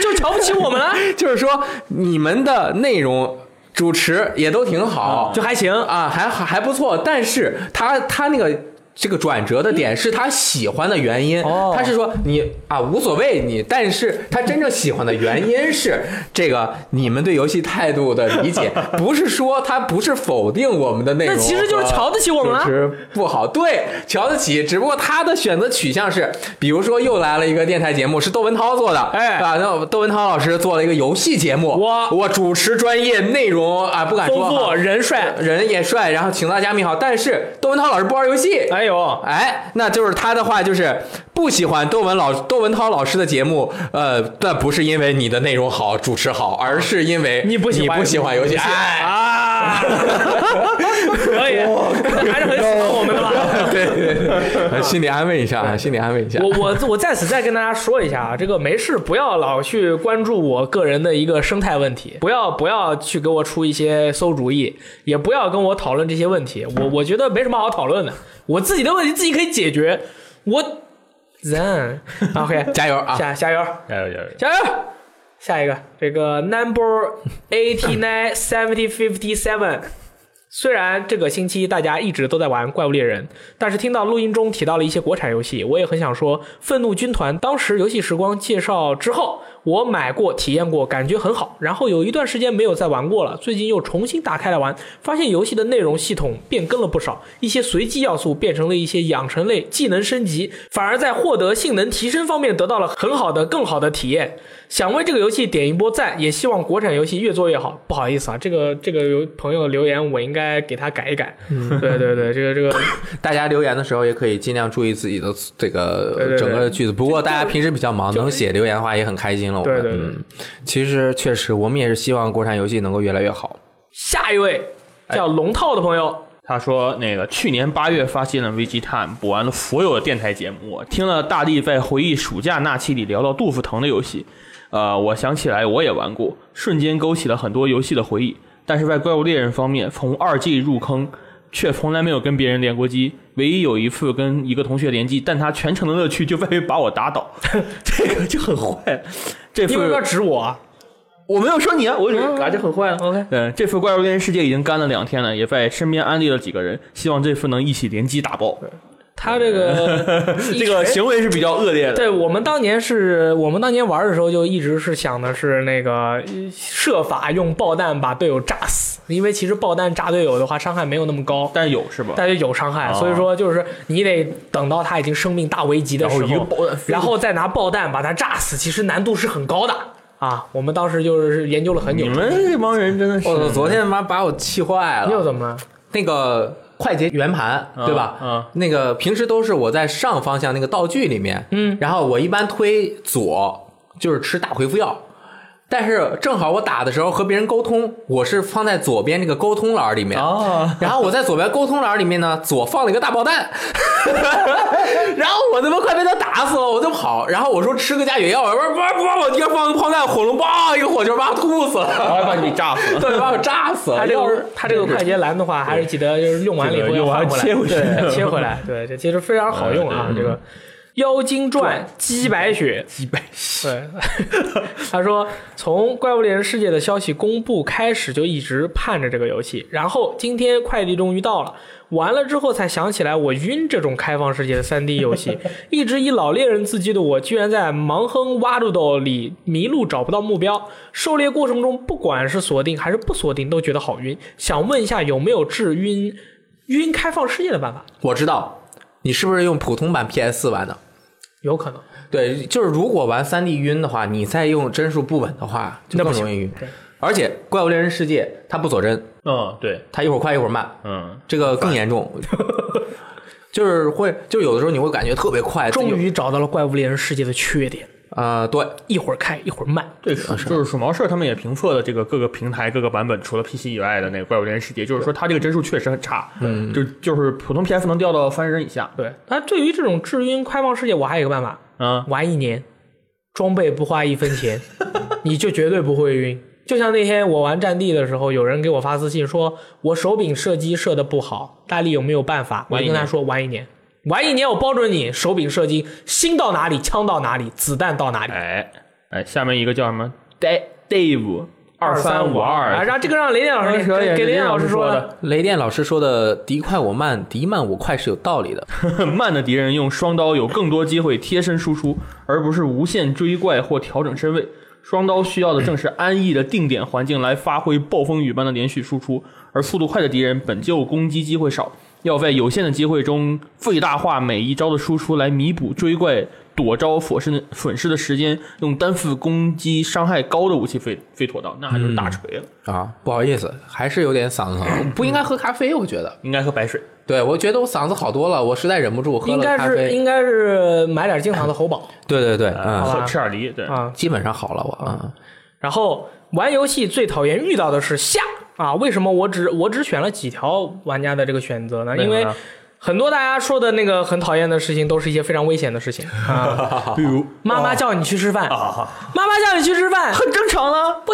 就瞧不起我们了，
就是说你们的内容主持也都挺好，
就还行。
啊，还还还不错，但是他他那个。这个转折的点是他喜欢的原因，
哦
他是说你啊无所谓你，但是他真正喜欢的原因是 这个你们对游戏态度的理 解，不是说他不是否定我们的内容，
那其实就是瞧得起 我们了
主持不好，对，瞧得起，只不过他的选择取向是，比如说又来了一个电台节目是窦文涛做的，
哎
啊，那窦文涛老师做了一个游戏节目，
哇
我主持专业内容啊，不敢说
丰
哈
富人帅，
人也帅，然后请大家密好。但是窦文涛老师不玩游戏，
哎呦，
哎，那就是他的话就是不喜欢窦文老窦文涛老师的节目，呃，那不是因为你的内容好、主持好，而是因为
啊你不喜
你
欢
不喜欢游戏，哎，
啊，可以，那还是很喜欢我们的吧。
对对
哎
对， 心里安慰一下，心里安慰一下。
我我我在此再跟大家说一下啊，这个没事不要老去关注我个人的一个生态问题，不要不要去给我出一些馊主意，也不要跟我讨论这些问题，我我觉得没什么好讨论的，我自己的问题自己可以解决，我人 OK
加油啊！
下 加油
加油加油！
加油，下一个这个 number eighty nine seventy fifty seven。虽然这个星期大家一直都在玩《怪物猎人》，但是听到录音中提到了一些国产游戏，我也很想说，《愤怒军团》当时游戏时光介绍之后，我买过、体验过，感觉很好。然后有一段时间没有再玩过了，最近又重新打开来玩，发现游戏的内容系统变更了不少，一些随机要素变成了一些养成类技能升级，反而在获得性能提升方面得到了很好的、更好的体验。想为这个游戏点一波赞，也希望国产游戏越做越好。不好意思啊，这个这个有朋友留言，我应该给他改一改。
嗯
对对对，这个这个
大家留言的时候也可以尽量注意自己的这
对
个
对
整个的句子。不过大家平时比较忙，能写留言的话也很开心了。我们
对对对
嗯，其实确实我们也是希望国产游戏能够越来越好。
下一位叫龙套的朋友，
他说：“那个去年八月发现了 VG Time，补完了所有的电台节目。我听了大力在回忆暑假那期里聊到杜甫腾的游戏，呃，我想起来我也玩过，瞬间勾起了很多游戏的回忆。但是在怪物猎人方面，从二 G 入坑，却从来没有跟别人连过机。唯一有一次跟一个同学联机，但他全程的乐趣就在于把我打倒， 这个就很坏。这
你为什么要
次
指我啊
我没有说你啊，我只是感觉很坏啊。
？OK，
嗯，这次《怪物猎人世界》已经干了两天了，也在身边安利了几个人，希望这次能一起联机打爆。
他这个
这个行为是比较恶劣的。
对我们当年是我们当年玩的时候，就一直是想的是那个呃设法用爆弹把队友炸死，因为其实爆弹炸队友的话伤害没有那么高，
但有是吧？
但是有伤害，
哦
所以说就是你得等到他已经生命大危急的
然
时
后
候，
一个爆弹飞出去，
然后再拿爆弹把他炸死，其实难度是很高的啊。我们当时就是研究了很久。
哦
你们这帮人真的是，
我、昨天妈把我气坏
你
呃
又
了。
怎么了？
那个快捷圆盘，
嗯
对吧？
嗯
那个平时都是我在上方向那个道具里面，嗯，然后我一般推左，就是吃大回复药。但是正好我打的时候和别人沟通，我是放在左边这个沟通栏里面，
哦，
然后我在左边沟通栏里面呢，左放了一个大爆弹， 然后我他妈快被他打死了，我就跑。然后我说吃个加血药，我说不不不，我这放个炮弹，火龙爆一个火球把我吐死
然
了，
后 把你炸死了。
对，把我炸死了。
它这
要
个
是
它这个快捷栏的话，还是记得就是用完了以后
这个
要
用完
换过来，
切回去
对切回来。对，这其实非常好用啊，
嗯
这个。妖精传姬白雪，
击败，
对， 他说从《怪物猎人世界》的消息公布开始就一直盼着这个游戏，然后今天快递终于到了，玩了之后才想起来我晕这种开放世界的 3D 游戏，一直以老猎人自居的我，居然在盲哼挖路斗里迷路找不到目标，狩猎过程中不管是锁定还是不锁定都觉得好晕，想问一下有没有治晕晕开放世界的办法？
我知道，你是不是用普通版 PS 四玩的？
有可能，
对，就是如果玩3 D 晕的话，你再用帧数不稳的话，就
那不
更
行
容易晕
对。
而且《怪物猎人世界》它不锁帧，
嗯，对，
它一会儿快一会儿慢，
嗯，
这个更严重。 就是会，就有的时候你会感觉特别快，
终
有
于找到了《怪物猎人世界》的缺点，
呃，对，
一会儿开一会儿慢。
对，就是啊鼠毛社他们也评测了这个各个平台各个版本，除了 PC 以外的那个《怪物猎人世界》，就是说它这个帧数确实很差，嗯，就就是普通 PS 能掉到三十帧以下，
对，那对于这种至晕开放世界，我还有一个办法，
嗯，
玩一年，装备不花一分钱， 你就绝对不会晕。就像那天我玩战地的时候，有人给我发私信说，我手柄射击射的不好，大力有没有办法？我
玩
还
一
跟他
年
说玩一年，玩一年，我包准你手柄射击，心到哪里枪到哪里，子弹到哪里。
哎哎，下面一个叫什么 Da- Dave 二哎三五
啊，
二，
让这个让雷电老师
这个也
给
是雷
给雷电
电
老
老
师
师
说
说的
的，
雷电老师说的“敌快我慢，敌慢我快”是有道理 的。
慢的敌人用双刀有更多机会贴身输出，而不是无限追怪或调整身位。双刀需要的正是安逸的定点环境来发挥暴风雨般的连续输出，而速度快的敌人本就攻击机会少，要在有限的机会中最大化每一招的输出来弥补追怪躲招损失的损失的时间，用单次攻击伤害高的武器最最妥当，那就是
嗯
大锤了，
啊，不好意思，还是有点嗓 子疼，不应该喝咖啡，我觉得。
应该喝白水。
对，我觉得我嗓子好多了，我实在忍不住喝
应
了
该
咖
是
啡。
应该是买点经常的喉宝
对对对，
好吧
嗯，
喝吃点梨，对，
啊。
基本上好了，我嗯，
然后玩游戏最讨厌遇到的是下啊，为什么我只我只选了几条玩家的这个选择呢？因
为
为
什么呢
很多大家说的那个很讨厌的事情，都是一些非常危险的 事情啊。
比如
妈妈叫你去吃饭，
哦啊，
妈妈叫你去吃饭，
很正常啊，
不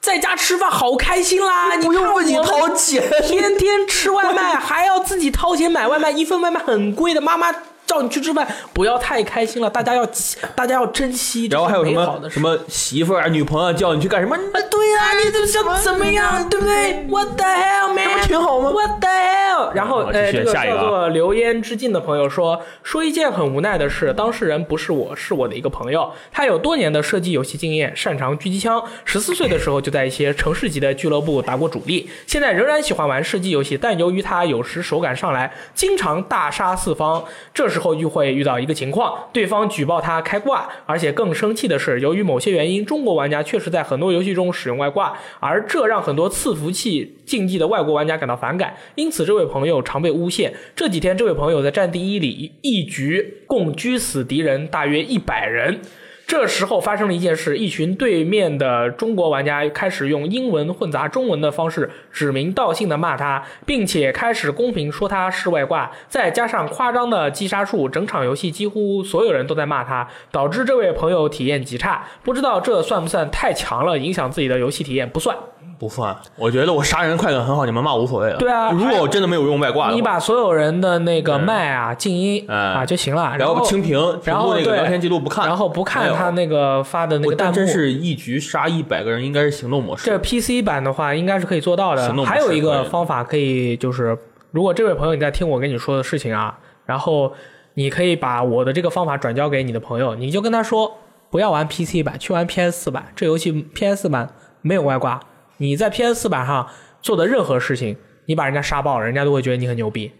在家吃饭好开心啦！你
不用
看
问你
我们
掏钱
天天吃外卖，还要自己掏钱买外卖，一份外卖很贵的。妈妈叫你去吃饭，不要太开心了，大家要大家要珍惜。
然后还有什
这是美好
么
的事
什么媳妇儿啊、女朋友叫你去干什么？
啊，对呀、你怎么想怎么样，对不对？What the hell, man？这不挺好吗？What the hell？然后，
嗯好
呃，
继
这
续
个
下一个
叫
啊
做流烟之境的朋友说，说一件很无奈的事，当事人不是我，是我的一个朋友，他有多年的射击游戏经验，擅长狙击枪，十四岁的时候就在一些城市级的俱乐部打过主力，现在仍然喜欢玩射击游戏，但由于他有时手感上来，经常大杀四方，这时候就会遇到一个情况，对方举报他开挂，而且更生气的是，由于某些原因，中国玩家确实在很多游戏中使用外挂，而这让很多伺服器竞技的外国玩家感到反感，因此这位朋友常被诬陷。这几天，这位朋友在《战地一》里一一局共狙死敌人大约一百人。这时候发生了一件事，一群对面的中国玩家开始用英文混杂中文的方式指名道姓的骂他，并且开始公屏说他是外挂，再加上夸张的击杀数，整场游戏几乎所有人都在骂他，导致这位朋友体验极差。不知道这算不算太强了，影响自己的游戏体验？不算。
不算，我觉得我杀人快感很好，你们骂无所谓了。
对啊
如果我真的没有用外挂的话，
你把所有人的那个麦啊静音
啊嗯
啊就行了，
然
后
后清屏，
然
全部
后
那个
对
聊天记录不看，
然后不
没
看
有
他。那个发的那
我
个弹
但
幕。
真是一局杀一百个人，应该是行动模式。
这 PC 版的话，应该是可以做到的
行。动模式
还有一个方法可以就是，如果这位朋友你在听我跟你说的事情啊，然后你可以把我的这个方法转交给你的朋友，你就跟他说，不要玩 PC 版，去玩 PS 4版。这游戏 PS 4版没有外挂，你在 PS 4版上做的任何事情，你把人家杀爆了，人家都会觉得你很牛逼。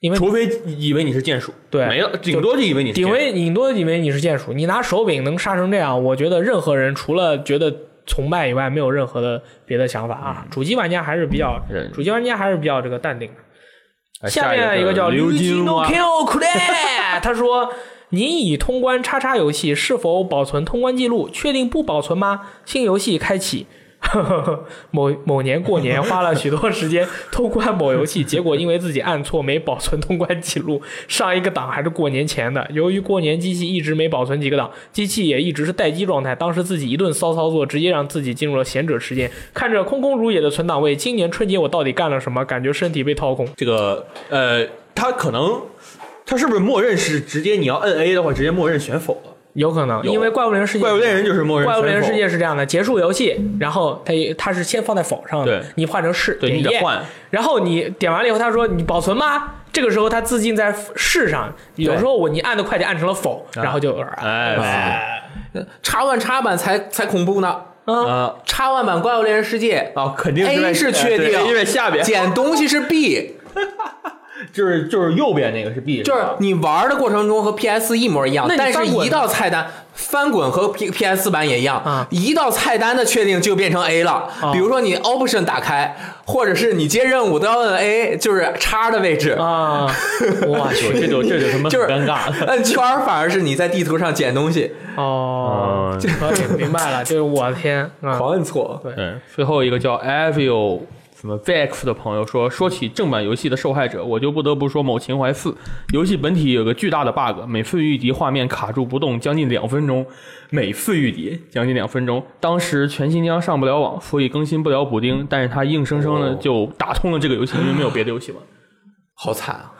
因为
除非以为你是剑术，
对
没了，顶多就以为你是剑
顶
术
为顶多以为你是剑术，你拿手柄能杀成这样，我觉得任何人除了觉得崇拜以外，没有任何的别的想法啊。主机玩家还是比较
嗯，
主机玩家还是比较这个淡定的。
哎
下面一个叫
刘
Lu
金
Kino
蛙
Kill c r 他说：“您已通关叉叉游戏，是否保存通关记录？确定不保存吗？新游戏开启。” 呵呵呵，某某年过年花了许多时间通关某游戏，结果因为自己按错没保存通关记录，上一个档还是过年前的。由于过年机器一直没保存几个档，机器也一直是待机状态。当时自己一顿骚操作，直接让自己进入了贤者时间。看着空空如也的存档位，今年春节我到底干了什么？感觉身体被掏空。
这个呃，它可能它是不是默认是直接你要摁 A 的话，直接默认选否了？
有可能，
有
因为怪物猎人世界，
怪物猎人就是默认
怪物猎人
选
世
否
界是这样的，结束游戏，然后它也它是先放在否上的，
对
你换成是，
对
点
你得
页
换，
然后你点完了以后，他说你保存吗？这个时候它自定在是上，有时候我你按的快点按成了否，然后就
哎
叉 One 叉版才才恐怖呢。
啊，
啊
叉 One 版怪物猎人世界
啊，肯定是在哎呃
A 是确定
对，A 是在下边，
捡东西是 B，
就是就是右边那个是 B，
就是
吧
你玩的过程中和 PS 一模一样
那，你
但是
翻滚呢
一到菜单翻滚和 P PS 版也一样，
啊
一到菜单的确定就变成 A 了。比如说你 Option 打开，或者是你接任务都要摁 A，就是叉的位置。
啊，我
有
去，
这就这就他妈
就是
很尴尬了。
摁圈儿反而是你在地图上捡东西，
哦，
嗯
可以明白了，就是我的天啊，
狂摁错。
对，最后一个叫 Avio 什么 Vex 的朋友说，说起正版游戏的受害者，我就不得不说某情怀四。游戏本体有个巨大的 bug，每次御敌画面卡住不动将近两分钟，每次御敌将近两分钟。当时全新疆上不了网，所以更新不了补丁，但是他硬生生的就打通了这个游戏，因为没有别的游戏玩。
好惨啊！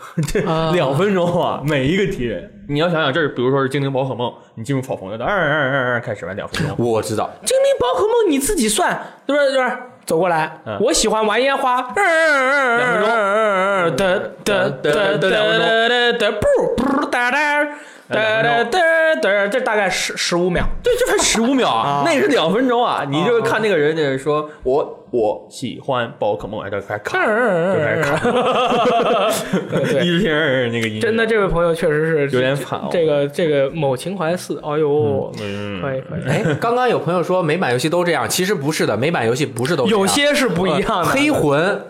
啊
两分钟啊，每一个敌人，你要想想，这是比如说是精灵宝可梦，你进入草丛就二二二二二开始玩两分钟，
我知道，
精灵宝可梦你自己算，对不对？对不对？走过来，我喜欢玩烟花。两分钟，得得得得得得得，不不哒哒哒哒哒哒，这大概十十五秒。
对，这才十五秒 啊，那也是两分钟啊！你就是看那个人，就是说我我喜欢宝可梦，哎，就开始卡，就开始卡， 一直听那个音乐，
真的，这位朋友确实是这个这个某情怀四，哎呦，可以可以，
哎，刚刚有朋友说美版游戏都这样，其实不是的，美版游戏不是都这样
有些是不一样的。
黑魂。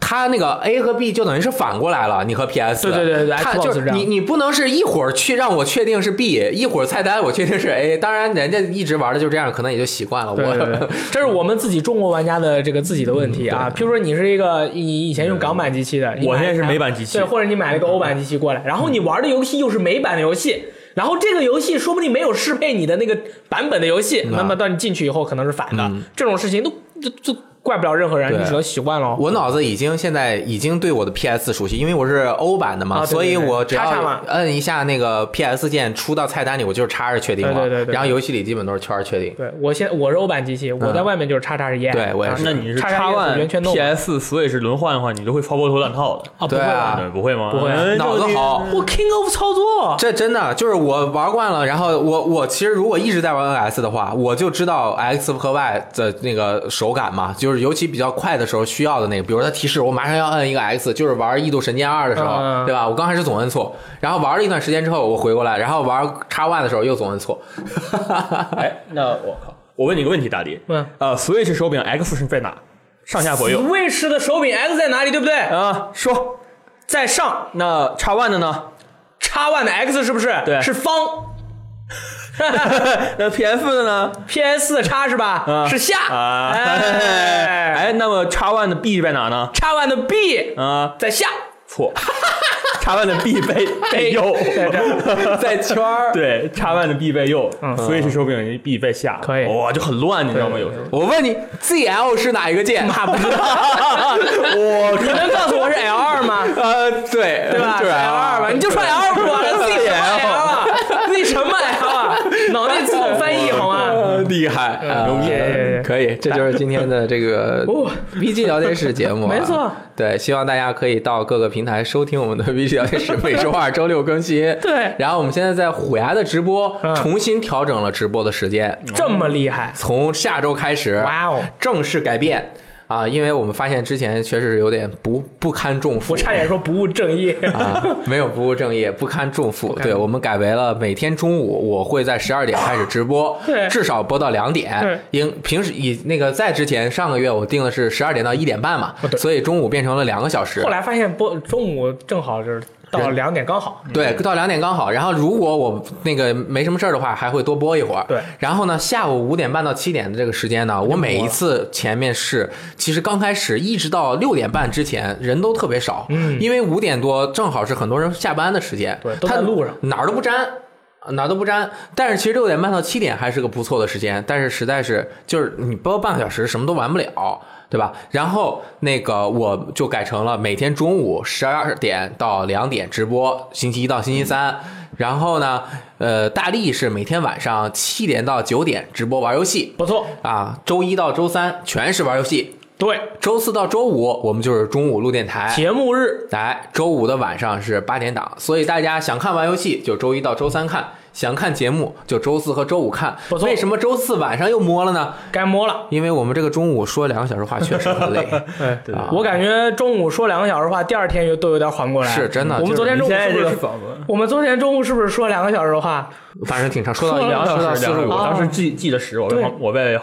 它那个 A 和 B 就等于是反过来了，你和 PS
对对对对
它
Xbox
就是
这
是
样
你你不能是一会儿去让我确定是 B，一会儿菜单我确定是 A，当然人家一直玩的就这样，可能也就习惯了。我
对 对对，这是我们自己中国玩家的这个自己的问题啊。譬如说，你是一个你以前用港版机器的，你买
嗯我现在是美版机器嗯
对，或者你买了一个欧版机器过来，然后你玩的游戏又是美版的游戏，然后这个游戏说不定没有适配你的那个版本的游
嗯
戏，那么到你进去以后可能是反的，这种事情都都都怪不了任何人，
对
你只能习惯了。
我脑子已经现在已经对我的 PS 熟悉，因为我是欧版的嘛，
啊对对
所以
对
我只
叉叉
要
嘛
摁一下那个 PS 键，出到菜单里我就是叉是确定了，
对对对对对
然后游戏里基本都是圈儿确定。
对我现我是欧版机器，
嗯
我在外面就是叉叉是 Y，
对我也是
那你是
叉叉
叉
也
One
是圆圈弄
PS Switch 轮换的话，你就会发波头烂套的，
啊，不会
对啊
吧？
对，不会吗？
不会
哎
脑子好，
我 King of 操作，
这真的就是我玩惯了，然后我我其实如果一直在玩 NS 的话，我就知道 X 和 Y 的那个手感嘛，就是尤其比较快的时候需要的那个，比如它提示我马上要摁一个 X，就是玩《异度神剑二》的时候，
嗯
对吧？我刚开始总摁错，然后玩了一段时间之后我回过来，然后玩叉 Y 的时候又总摁错，
哎，那我靠，我问你个问题，大力，
嗯
呃，Switch 手柄 X 是在哪？上下左右
Switch 的手柄 X 在哪里？对不对？
啊？说，
在上，
那叉 One 的呢？
叉 One 的 X 是不是？
对
是方。
那 PS 的呢？
PS 的叉是吧？
啊
是下。
啊，
哎，
哎，那么叉 One 的 B 在哪呢？
叉 One 的 B
啊，
在下。
错， 叉 One 的 B 背背右，
在这 儿
在圈儿。
对，叉 One 的 B 背右，Switch 手柄 B 背下，
可以
哇，就很乱，你知道吗？
对
有时候，
我问你，ZL 是哪一个键？
啊，不知道。
我
你能告 诉我是 L 二吗？
呃， 对，
对吧
啊
就是
L 二吧，你就说 L 二不完了，自己什么 L 啊？自己什么 L 啊？脑内自动翻译好 吗？
呃厉害，啊
牛逼
呃可以，这就是今天的这 个
哦
VG 聊天室节目 啊，
没错
对，希望大家可以到各个平台收听我们的 VG 聊天室，每周二、周六更新。
对
然后我们现在在虎牙的直播
嗯
重新调整了直播的时间，
这么厉害，
从下周开始，
哇哦！
正式改变。啊，因为我们发现之前确实是有点不不堪重负，
我差点说不务正业。
啊，没有不务正业，不堪重负。对我们改为了每天中午，我会在十二点开始直播
对，
至少播到两
对
点。因平时以那个在之前上个月我定的是十二点到一点半嘛，所以中午变成了两个小时
哦后。来发现播中午正好就是到两点刚好，
对，到两点刚好。然后如果我那个没什么事儿的话，还会多播一会儿。
对
然后呢，下午五点半到七点的这个时间呢，我每
啊
一次前面是，其实刚开始一直到六点半之前人都特别少，嗯，因为五点多正好是很多人下班的时间，
对都
他
在路上
哪儿都不沾。啊哪儿都不沾，但是其实六点半到七点还是个不错的时间，但是实在是就是你播半个小时什么都玩不了，对吧？然后那个我就改成了每天中午十二点到两点直播，星期一到星期三。然后呢，呃，大力是每天晚上七点到九点直播玩游戏
不错，
啊，周一到周三全是玩游戏，
对，
周四到周五我们就是中午录电台，
节目日
来，周五的晚上是八点档，所以大家想看玩游戏就周一到周三看，想看节目就周四和周五看
不。错
为什么周四晚上又摸了呢？
该摸了。
因为我们这个中午说两个小时话确实很累，
哎，
对
啊
我感觉中午说两个小时话，第二天又都有点缓不过来。
是真的
我们
就是
昨天
你
中午
现在
是
这
不
个
是？
嗓子，
我们昨天中午是不是说两个小时的话？
反正挺长，说到
说
一
了
两
说到
个小时，
四
两
十
个
五
我
啊
当时记记了时，我
对
在我在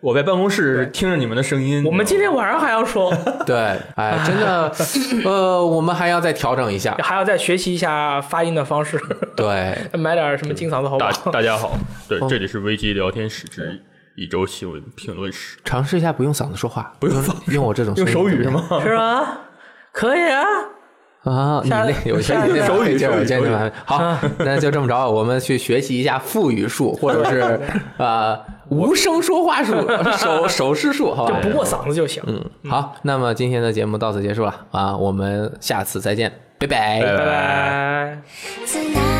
我在办公室听着你们的声音。
我们今天晚上还要说，
对，哎，真的，呃，我们还要再调整一下。
还要再学习一下发音的方式，
对，
买点什么金嗓子喉
大
宝。
大家好，对，这里是危机聊天室之一周新闻评论室，
尝试一下不用嗓子说话，不用用我这种
用
声
手
音
语是
怎么
吗？
样
是吗？可以啊，
啊，你
下
那有些
下
有些
手语
劲儿，
手语
真的蛮好。那就这么着，我们去学习一下腹语术，或者是呃无声说话术、手手势术，好
就
吧
不？过嗓子就行。
嗯，好。那么今天的节目到此结束了啊，我们下次再见，拜拜
拜
拜拜。
tonight.